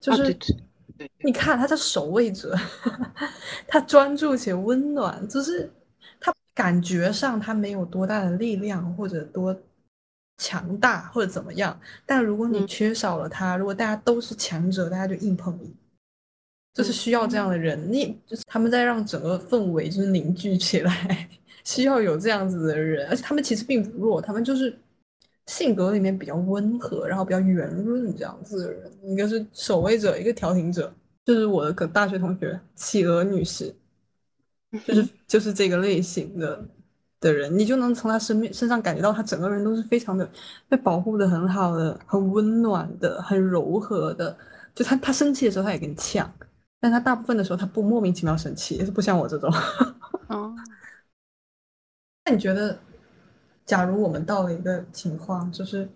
就啊是对对对你看他叫守卫者， 他专注且温暖，就是他感觉上他没有多大的力量或者多强大或者怎么样，但如果你嗯缺少了他，如果大家都是强者，大家就硬碰硬，就是嗯需要这样的人，你就是他们在让整个氛围就是凝聚起来， 需要有这样子的人，而且他们其实并不弱，他们就是性格里面比较温和，然后比较圆润这样子的人，一个是守卫者，一个调停者，就是我的个大学同学企鹅女士。就是就是这个类型的的人，你就能从他身边身上感觉到他整个人都是非常的被保护的很好的、很温暖的、很柔和的。就他他生气的时候，他也跟你呛，但他大部分的时候他不莫名其妙生气，也是不像我这种。嗯哦，那你觉得，假如我们到了一个情况，就是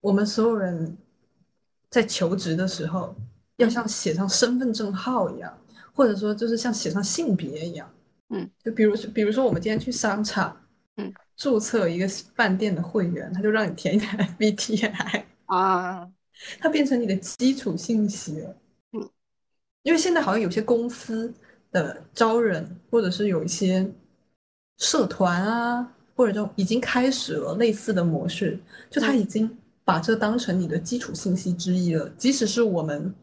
我们所有人在求职的时候，要像写上身份证号一样，或者说就是像写上性别一样，嗯，就比如说，比如说我们今天去商场，嗯，注册一个饭店的会员，他就让你填一填 MBTI，啊，它变成你的基础信息了。嗯，因为现在好像有些公司的招人，或者是有一些社团啊，或者就已经开始了类似的模式，就他已经把这当成你的基础信息之一了。即使是我们，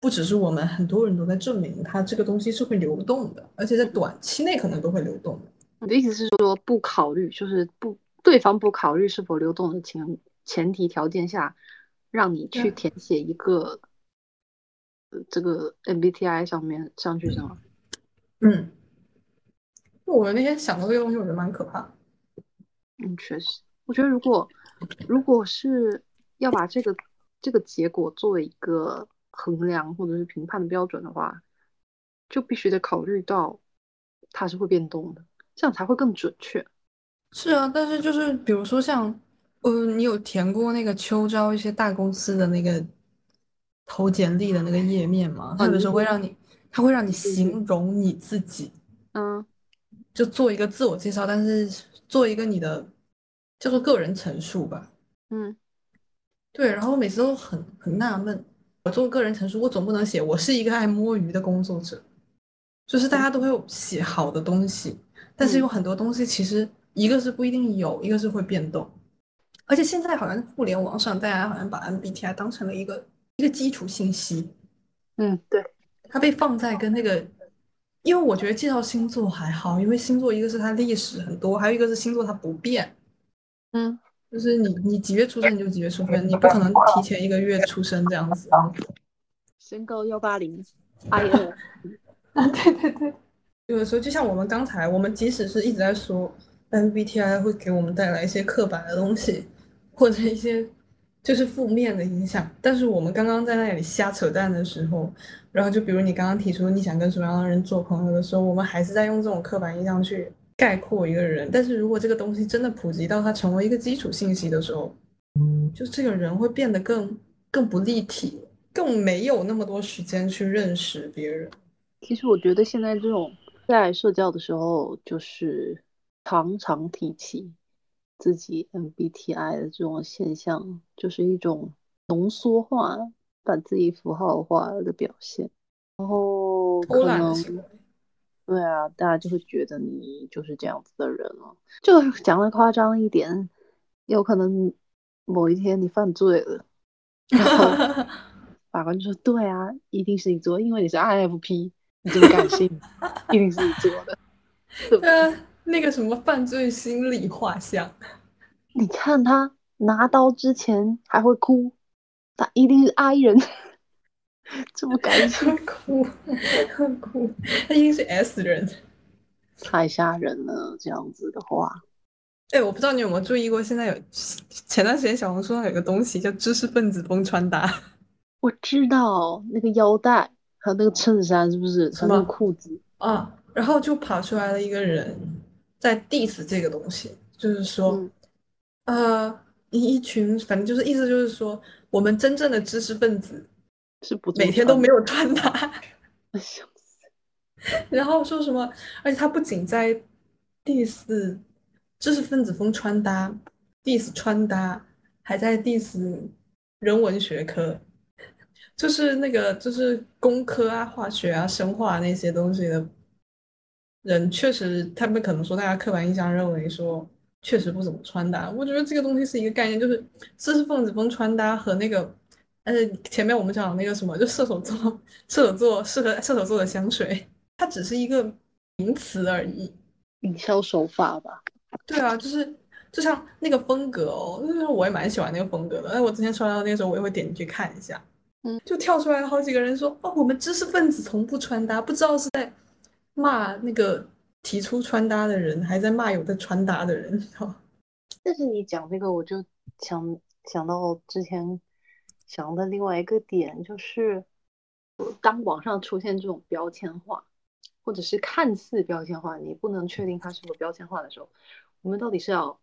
不只是我们，很多人都在证明它这个东西是会流动的，而且在短期内可能都会流动的。你的意思是说不考虑，就是不对方不考虑是否流动的前前提条件下，让你去对填写一个、呃、这个 MBTI 上面上去是吗？嗯，我那天想到这个东西，我觉得蛮可怕的。嗯，确实，我觉得如果如果是要把这个这个结果作为一个衡量或者是评判的标准的话，就必须得考虑到它是会变动的，这样才会更准确。是啊，但是就是比如说像，呃，你有填过那个秋招一些大公司的那个投简历的那个页面吗？它有的时候会啊让你，它会让你形容你自己，嗯就做一个自我介绍，但是做一个你的叫做个人陈述吧。嗯对，然后我每次都很很纳闷，我做个人陈述，我总不能写我是一个爱摸鱼的工作者，就是大家都会有写好的东西，但是有很多东西其实一个是不一定有，一个是会变动，而且现在好像互联网上大家好像把 MBTI 当成了一个一个基础信息，嗯，对，它被放在跟那个，因为我觉得介绍星座还好，因为星座一个是它历史很多，还有一个是星座它不变。嗯就是你，你几月出生你就几月出生，你不可能提前一个月出生这样子。身高幺八零，I N。有的时候，就像我们刚才，我们即使是一直在说 MBTI 会给我们带来一些刻板的东西，或者一些就是负面的影响，但是我们刚刚在那里瞎扯淡的时候，然后就比如你刚刚提出你想跟什么样的人做朋友的时候，我们还是在用这种刻板印象去概括一个人。但是如果这个东西真的普及到它成为一个基础信息的时候，就这个人会变得更更不立体，更没有那么多时间去认识别人。 其实我觉得现在这种在社交的时候，就是常常提起，自己 MBTI 的这种现象，就是一种浓缩化，把自己符号化的表现。然后偷可懒的能行为。对啊，大家就会觉得你就是这样子的人了。就讲的夸张一点，有可能某一天你犯罪了，然后 法官就说：“对啊，一定是你做的，因为你是 INFP，你这么感性，一定是你做的。” 对不对？呃，那个什么犯罪心理画像，你看他拿刀之前还会哭，他一定是 I 人， 这么感性，哭，哭，他一定是 S 人。太吓人了。这样子的话，哎，我不知道你有没有注意过，现在有前段时间小红书上有个东西叫知识分子风穿搭，我知道那个腰带还有那个衬衫是不是，还有那吗个裤子，啊，然后就跑出来了一个人在 diss 这个东西，就是说，嗯呃，一群反正就是意思就是说，我们真正的知识分子是不每天都没有穿搭。有。笑死然后说什么？而且他不仅在 diss 知识分子风穿搭，diss 穿搭，还在 diss 人文学科，就是那个就是工科啊、化学啊、生化那些东西的人，确实他们可能说大家刻板印象认为说确实不怎么穿搭。我觉得这个东西是一个概念，就是知识分子风穿搭和那个。呃，前面我们讲那个什么，就射手座，射手座适合射手座的香水，它只是一个名词而已。 营销手法吧，对啊，就是就像那个风格哦，就是我也蛮喜欢那个风格的。哎，我之前刷到那个时候，我也会点进去看一下。嗯，就跳出来了好几个人说，哦，我们知识分子从不穿搭，不知道是在骂那个提出穿搭的人，还在骂有在穿搭的人，你知道吗？但是你讲这个，我就想想到之前想的另外一个点，就是呃当网上出现这种标签化，或者是看似标签化，你不能确定它是否标签化的时候，我们到底是要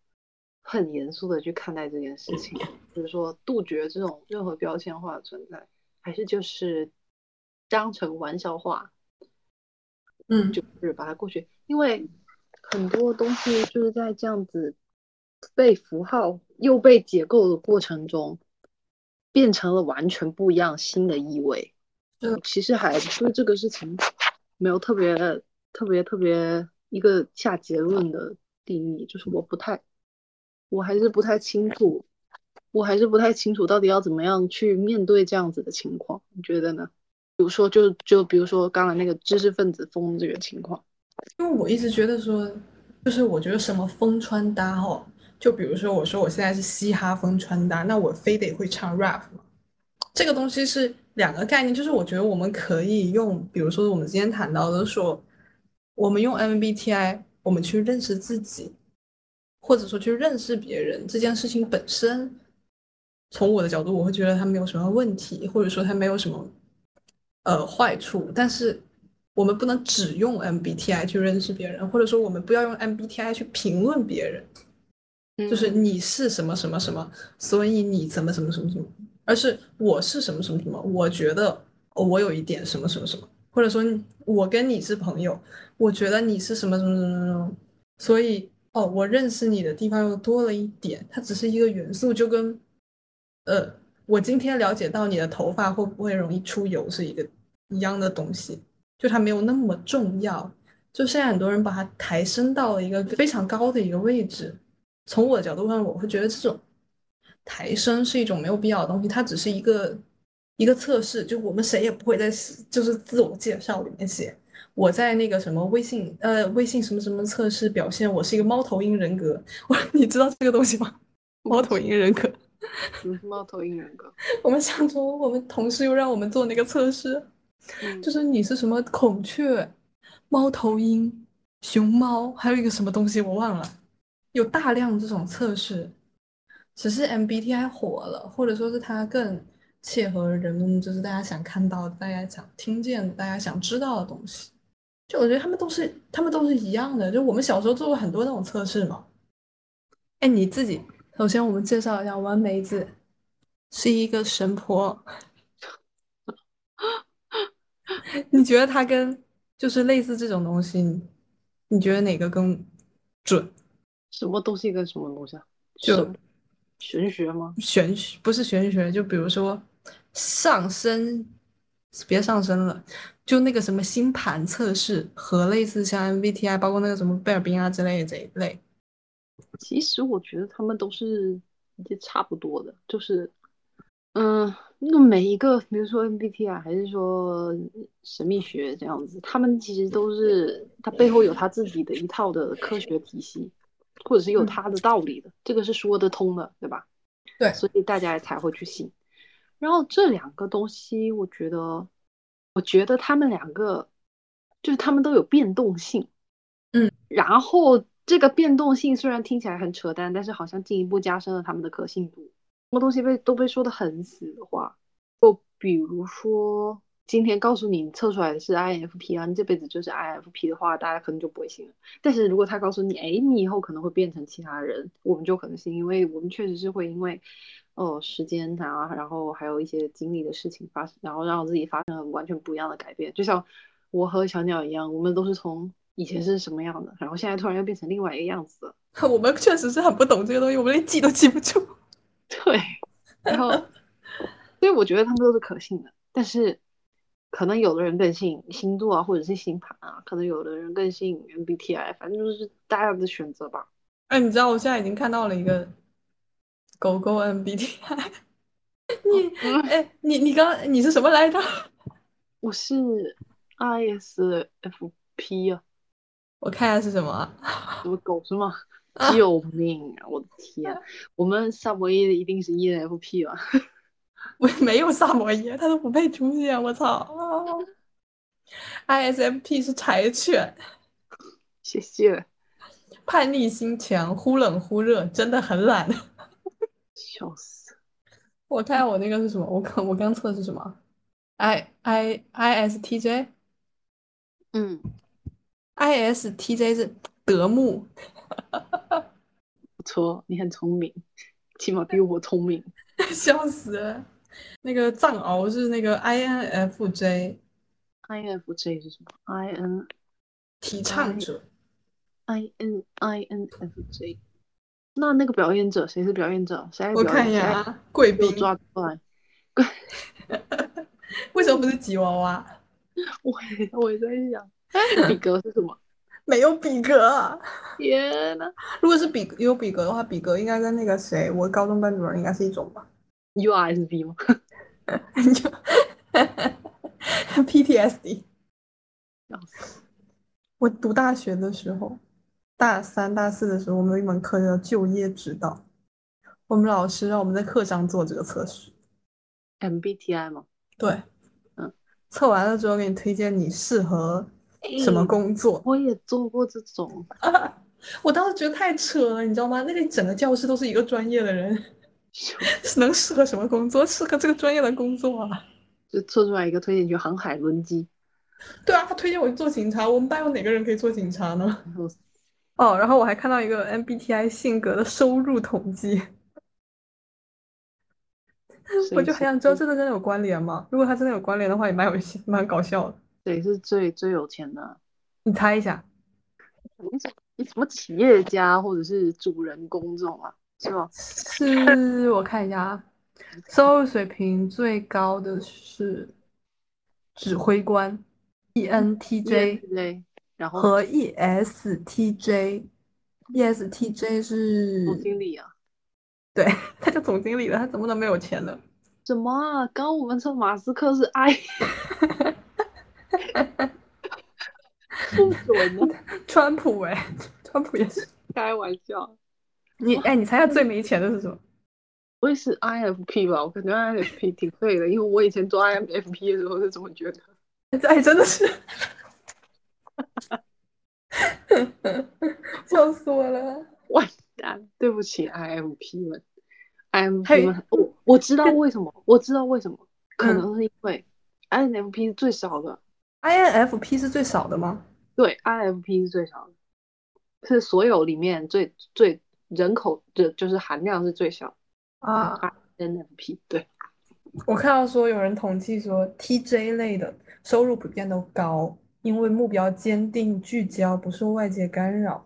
很严肃的去看待这件事情，比如说杜绝这种任何标签化的存在，还是就是当成玩笑话，嗯，就是把它过去，因为很多东西就是在这样子被符号又被解构的过程中，变成了完全不一样新的意味。是的其实还对这个事情没有特别特别特别一个下结论的定义，就是我不太，我还是不太清楚，我还是不太清楚到底要怎么样去面对这样子的情况，你觉得呢？比如说就就比如说刚才那个知识分子风这个情况，因为我一直觉得说，就是我觉得什么风穿搭哦，就比如说我说我现在是嘻哈风穿搭，那我非得会唱 rap 吗？这个东西是两个概念，就是我觉得我们可以用，比如说我们今天谈到的说，我们用 MBTI，我们去认识自己，或者说去认识别人这件事情本身，从我的角度，我会觉得它没有什么问题，或者说它没有什么呃坏处，但是我们不能只用 MBTI 去认识别人，或者说我们不要用 MBTI 去评论别人，就是嗯你是什么什么什么，所以你怎么什么什么什么，而是我是什么什么什么，我觉得哦我有一点什么什么什么，或者说我跟你是朋友，我觉得你是什么什么什么什么什么，所以哦，我认识你的地方又多了一点，它只是一个元素，就跟呃，我今天了解到你的头发会不会容易出油是一个一样的东西，就它没有那么重要。就现在很多人把它抬升到了一个非常高的一个位置，从我的角度上，我会觉得这种抬升是一种没有必要的东西，它只是一个一个测试，就我们谁也不会在就是自我介绍里面写我在那个什么微信呃微信什么什么测试表现我是一个猫头鹰人格， 我你知道这个东西吗？猫头鹰人格， 嗯猫头鹰人格，我们上周我们同事又让我们做那个测试，嗯就是你是什么孔雀、猫头鹰、熊猫，还有一个什么东西我忘了，有大量这种测试。只是 MBTI 火了，或者说是它更切合人们，就是大家想看到的、大家想听见的、大家想知道的东西。就我觉得他们都是，他们都是一样的。就我们小时候做过很多那种测试嘛。哎，你自己，首先我们介绍一下，完梅子是一个神婆。 你觉得它跟就是类似这种东西，你觉得哪个更准？什么东西跟什么东西啊？就是玄学吗？玄学不是玄学，就比如说上升，别上升了，就那个什么星盘测试和类似像 MBTI，包括那个什么贝尔宾啊之类的这一类， 其实我觉得他们都是一些差不多的，就是，嗯，那个每一个，比如说 MBTI 啊还是说神秘学这样子，他们其实都是它背后有他自己的一套的科学体系，或者是有嗯他的道理的，这个是说得通的，对吧？对所以大家才会去信。然后这两个东西，我觉得，我觉得他们两个就是他们都有变动性。嗯，然后这个变动性虽然听起来很扯淡，但是好像进一步加深了他们的可信度。什么东西被都被说得很死的话，就比如说今天告诉你你测出来的是 INFP 啊，你这辈子就是 INFP 的话，大家可能就不会信了。但是如果他告诉你，哎，你以后可能会变成其他人，我们就可能是因为我们确实是会因为，哦，时间啊，然后还有一些经历的事情发生，然后让自己发生了完全不一样的改变。就像我和小鸟一样，我们都是从以前是什么样的，然后现在突然又变成另外一个样子了。 我们确实是很不懂这个东西，我们连记都记不住。 对，然后，所以我觉得他们都是可信的，但是可能有的人更信星座啊，或者是星盘啊，可能有的人更信 MBTI，反正就是大家的选择吧。哎，你知道我现在已经看到了一个狗狗 MBTI，你嗯，哎，你你刚你是什么来着？ 我是 ISFP 啊，我看一下是什么啊？什么狗是吗？啊救命啊！我的天，我们萨博伊的一定是 E ENFP 吧？我没有萨摩耶，它都不配出现，我操啊！ISFP 是柴犬，谢谢，叛逆心强，忽冷忽热，真的很懒。笑死。我看我那个是什么？我刚我刚测的是什么？I I ISTJ 嗯， ISTJ 是德牧，不错，你很聪明，起码比我聪明。笑死了。那个藏獒是那个 INFJ INFJ 是什么？IN 提倡者， I N I N F J。那那个表演者谁是表演者？谁来我表看演？一谁下来啊，贵给我宾，抓出来！ 为什么不是吉娃娃？我也我也在想，比格是什么？ 没有比格啊。天呐如果是比有比格的话，比格应该跟那个谁，我高中班主任应该是一种吧 u R S B 吗？就 PTSD。笑死我读大学的时候，大三、大四的时候，我们有一门课叫就业指导，我们老师让我们在课上做这个测试。 ！MBTI 吗？对，嗯，测完了之后给你推荐你适合什么哎工作。我也做过这种，嗯 我当时觉得太扯了，你知道吗？那个整个教室都是一个专业的人， 就能适合什么工作？适合这个专业的工作啊？就测出来一个推荐去航海轮机，对啊，他推荐我去做警察，我们班有哪个人可以做警察呢？ 然后哦，然后我还看到一个 MBTI 性格的收入统计，我就很想知道这个真的有关联吗？如果它真的有关联的话，也蛮有意思，蛮搞笑的。谁是最最有钱的？你猜一下，你怎你什么企业家或者是主人公这种啊？是吗？是我看一下啊，收入水平最高的是指挥官，E ENTJ 对，然后和 E ESTJ，ESTJ 总是，经理啊。对，他叫总经理了，他怎么能没有钱呢？什么啊？刚刚我们说马斯克是 I，不准的，川普哎、 川普也是。开玩笑。你哎，你猜一下最没钱的是什么？我也是 INFP 吧，我感觉 INFP 挺废的，因为我以前做 INFP 的时候是这么觉得。哎，真的是， 笑死我了。完蛋，对不起 INFP 们嘿，INFP 们，我我知道为什么，我知道为什么，可嗯能是因为 INFP 是最少的， INFP 是最少的吗？对，INFP 是最少的，是所有里面最最人口的就是含量是最小啊， ，INFP 对。我看到说有人统计说，TJ 类的收入普遍都高，因为目标坚定聚焦，不受外界干扰。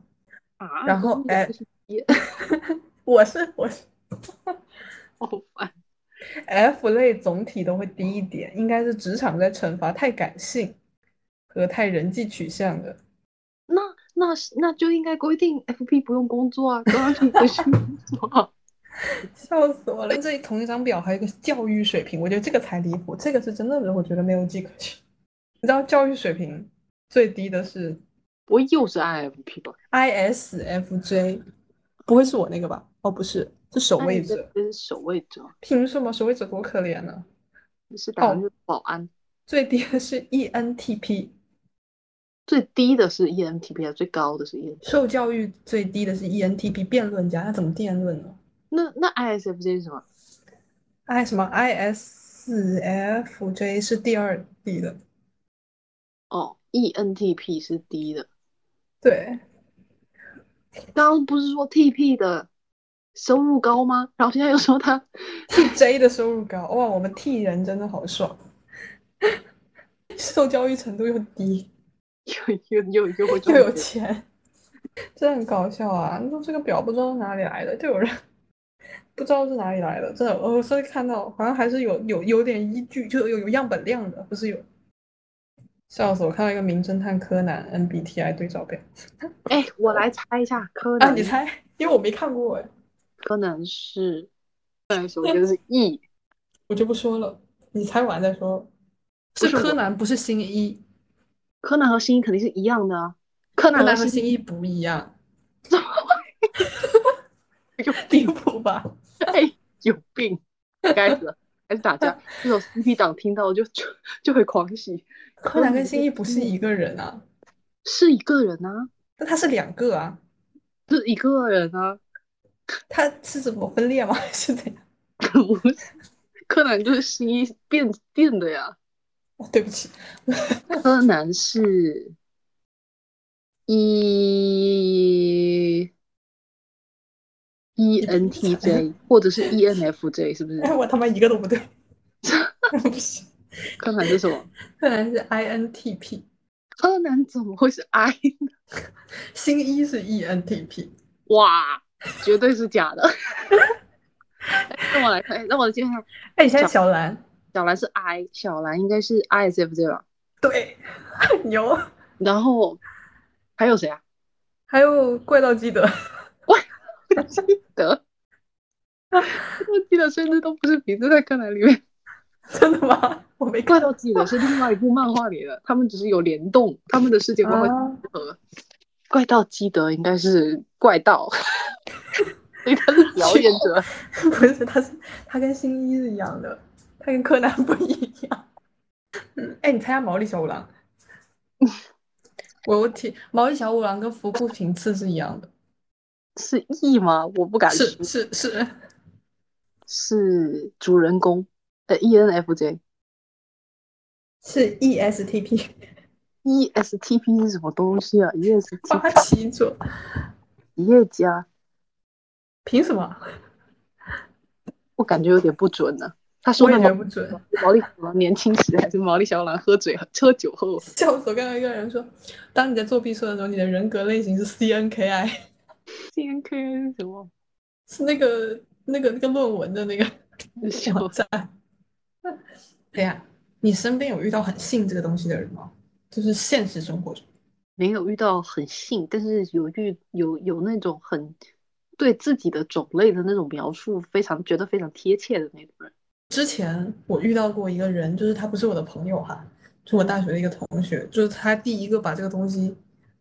啊，然后哎哎，耶，我是我是好烦。 F 类总体都会低一点，应该是职场在惩罚太感性和太人际取向的。那那是那就应该规定 FP 不用工作啊，高中不是工作啊。笑死我了！这同一张表还有一个教育水平，我觉得这个才离谱，这个是真的，我觉得没有迹可循。你知道教育水平最低的是 不会又是 INFP 吧？ ISFJ，不会是我那个吧？哦，不是，是守那卫你这者。这是守卫者，凭什么守卫者多可怜啊呢？你哦是打算是保安？最低的是 E ENTP，最低的是 E ENTP，最高的是 E EN。受教育最低的是 E ENTP 辩论家，那怎么辩论呢？那那 ISFJ 是什么？ i 什么 ISFJ 是第二低的，哦，ENTP 是低的，对，刚刚不是说 TP 的收入高吗？然后现在又说他替 J 的收入高，哇，我们替人真的好爽，受教育程度又低，又又又又会又赚有钱，钱，这很搞笑啊！那这个表不知道是哪里来的，就有人 不知道是哪里来的，真的，我是看到好像还是有有有点依据，就有有样本量的，不是有。笑死我！看到一个名侦探柯南 MBTI 对照表哎，我来猜一下，柯啊，南，你猜？因为我没看过哎，柯南是，对，我觉得是 E，我就不说了，你猜完再说。不是是我柯南，不是新一，柯南和新一肯定是一样的啊，柯柯南南和和新新一不一 样，一有离病，谱吧？哎，有病，该死了，还是打架，这种 CP 党听到就就就会狂喜，柯南跟新一不是一个人啊，是一个人啊，那他是两个啊，是一个人啊，他是怎么分裂吗？ 还是怎样？不是，柯南就是新一变变的呀。哦对不起，柯南是，E E N T J 或者是 E N F J 是不是？哎，我他妈一个都不对， 不行，柯南是什么？柯南是 INTP，柯南怎么会是 I？新一是 E ENTP，哇，绝对是假的。哎让我来看，哎让我来接下。哎，你现在小兰，小兰是 I，小兰应该是 ISFJ 吧？对， 牛，然后还有谁啊？还有怪盗基德，记得，我记得甚至都不是名字在柯南里面。真的吗？我没怪看盗基德是另外一部漫画里的，他们只是有联动，他们的世界观会啊结合。怪盗基德应该是怪盗， 所以他是表演者。 不是，他是他跟新一是一样的，他跟柯南 不一样。嗯，哎，你猜下毛利小五 郎？我我提毛利小五郎跟服部平次是一样的，是 E 吗？我不敢说是是是，是主人公，呃，ENFJ。是 E ESTP E ESTP 是什么东西啊 八？ESTP 旗座，企业啊家，凭什么？我感觉有点不准呢、他说我也的觉毛得不准。毛利小狼年轻时还是毛利小狼喝醉喝酒后？笑死我！刚刚一个人说，当你在做毕设的时候，你的人格类型是 CNKI， C N K 是什 么？是那个那个那个论文的那个什网站。 对呀，你身边有遇到很信这个东西的人吗？就是现实生活中。 没有遇到很信，但是有遇有有那种很对自己的种类的那种描述，非常觉得非常贴切的那种 人。之前我遇到过一个人，就是他不是我的朋友哈，是我大学的一个同学，就是他第一个把这个东西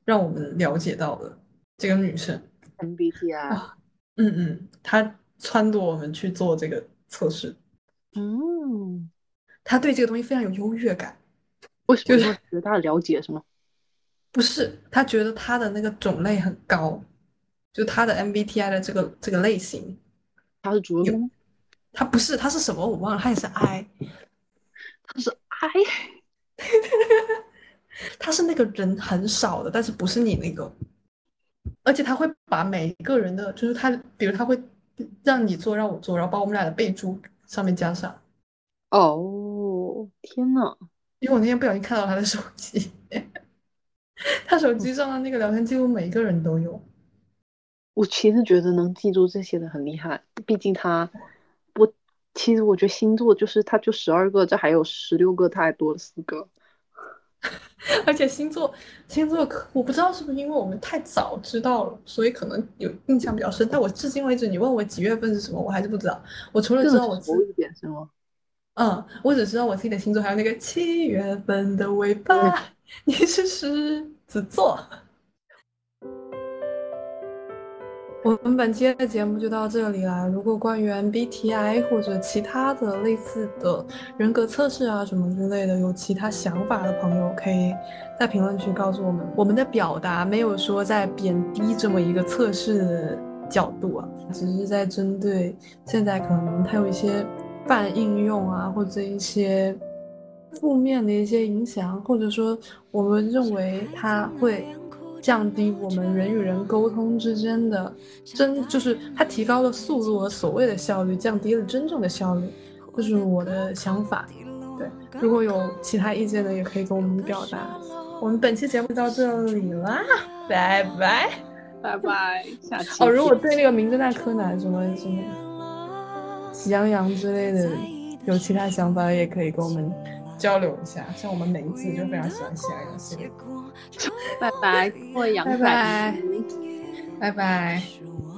让我们了解到的这个女生。 MBTI，嗯嗯，她撺掇我们去做这个测试，嗯，她对这个东西非常有优越感。为什么就是因为觉得他了解是吗？不是，他觉得他的那个种类很高，就他的 MBTI 的这个这个类型，他是主人公，他不是，他是什么我忘了，他也是 I，他是 I，他是那个人很少的，但是不是你那个，而且他会把每一个人的，就是他，比如他会让你做，让我做，然后把我们俩的备注上面加上，哦，天呐，因为我那天不小心看到他的手 机，他手机上的那个聊天记录每一个人都有，我其实觉得能记住这些的很厉害，毕竟他，我其实我觉得星座就是他就十二个，这还有十六个，他还多了四个。而且星座星座可，我不知道是不是因为我们太早知道了，所以可能有印象比较深。但我至今为止，你问我几月份是什么，我还是不知道。我除了知道我自熟一点是吗？嗯，我只知道我自己的星座，还有那个七月份的尾巴，你是狮子座。我们本期的节目就到这里啦。如果关于 MBTI 或者其他的类似的人格测试啊什么之类的，有其他想法的朋友，可以在评论区告诉我们。我们的表达没有说在贬低这么一个测试的角度啊，只是在针对现在可能它有一些泛应用啊，或者一些负面的一些影响，或者说我们认为它会。降低我们人与人沟通之间的真，就是它提高了速度和所谓的效率，降低了真正的效率，这、就是我的想法。对，如果有其他意见的，也可以跟我们表达。我们本期节目到这里啦，拜拜。拜拜，下期哦，如果见对那个《名侦探柯南》什么什么《喜羊羊》之类的有其他想法，也可以跟我们交流一下。像我们每一次就非常喜欢《喜羊羊》系列。拜拜，各位阳拜仔。拜，拜拜。是我。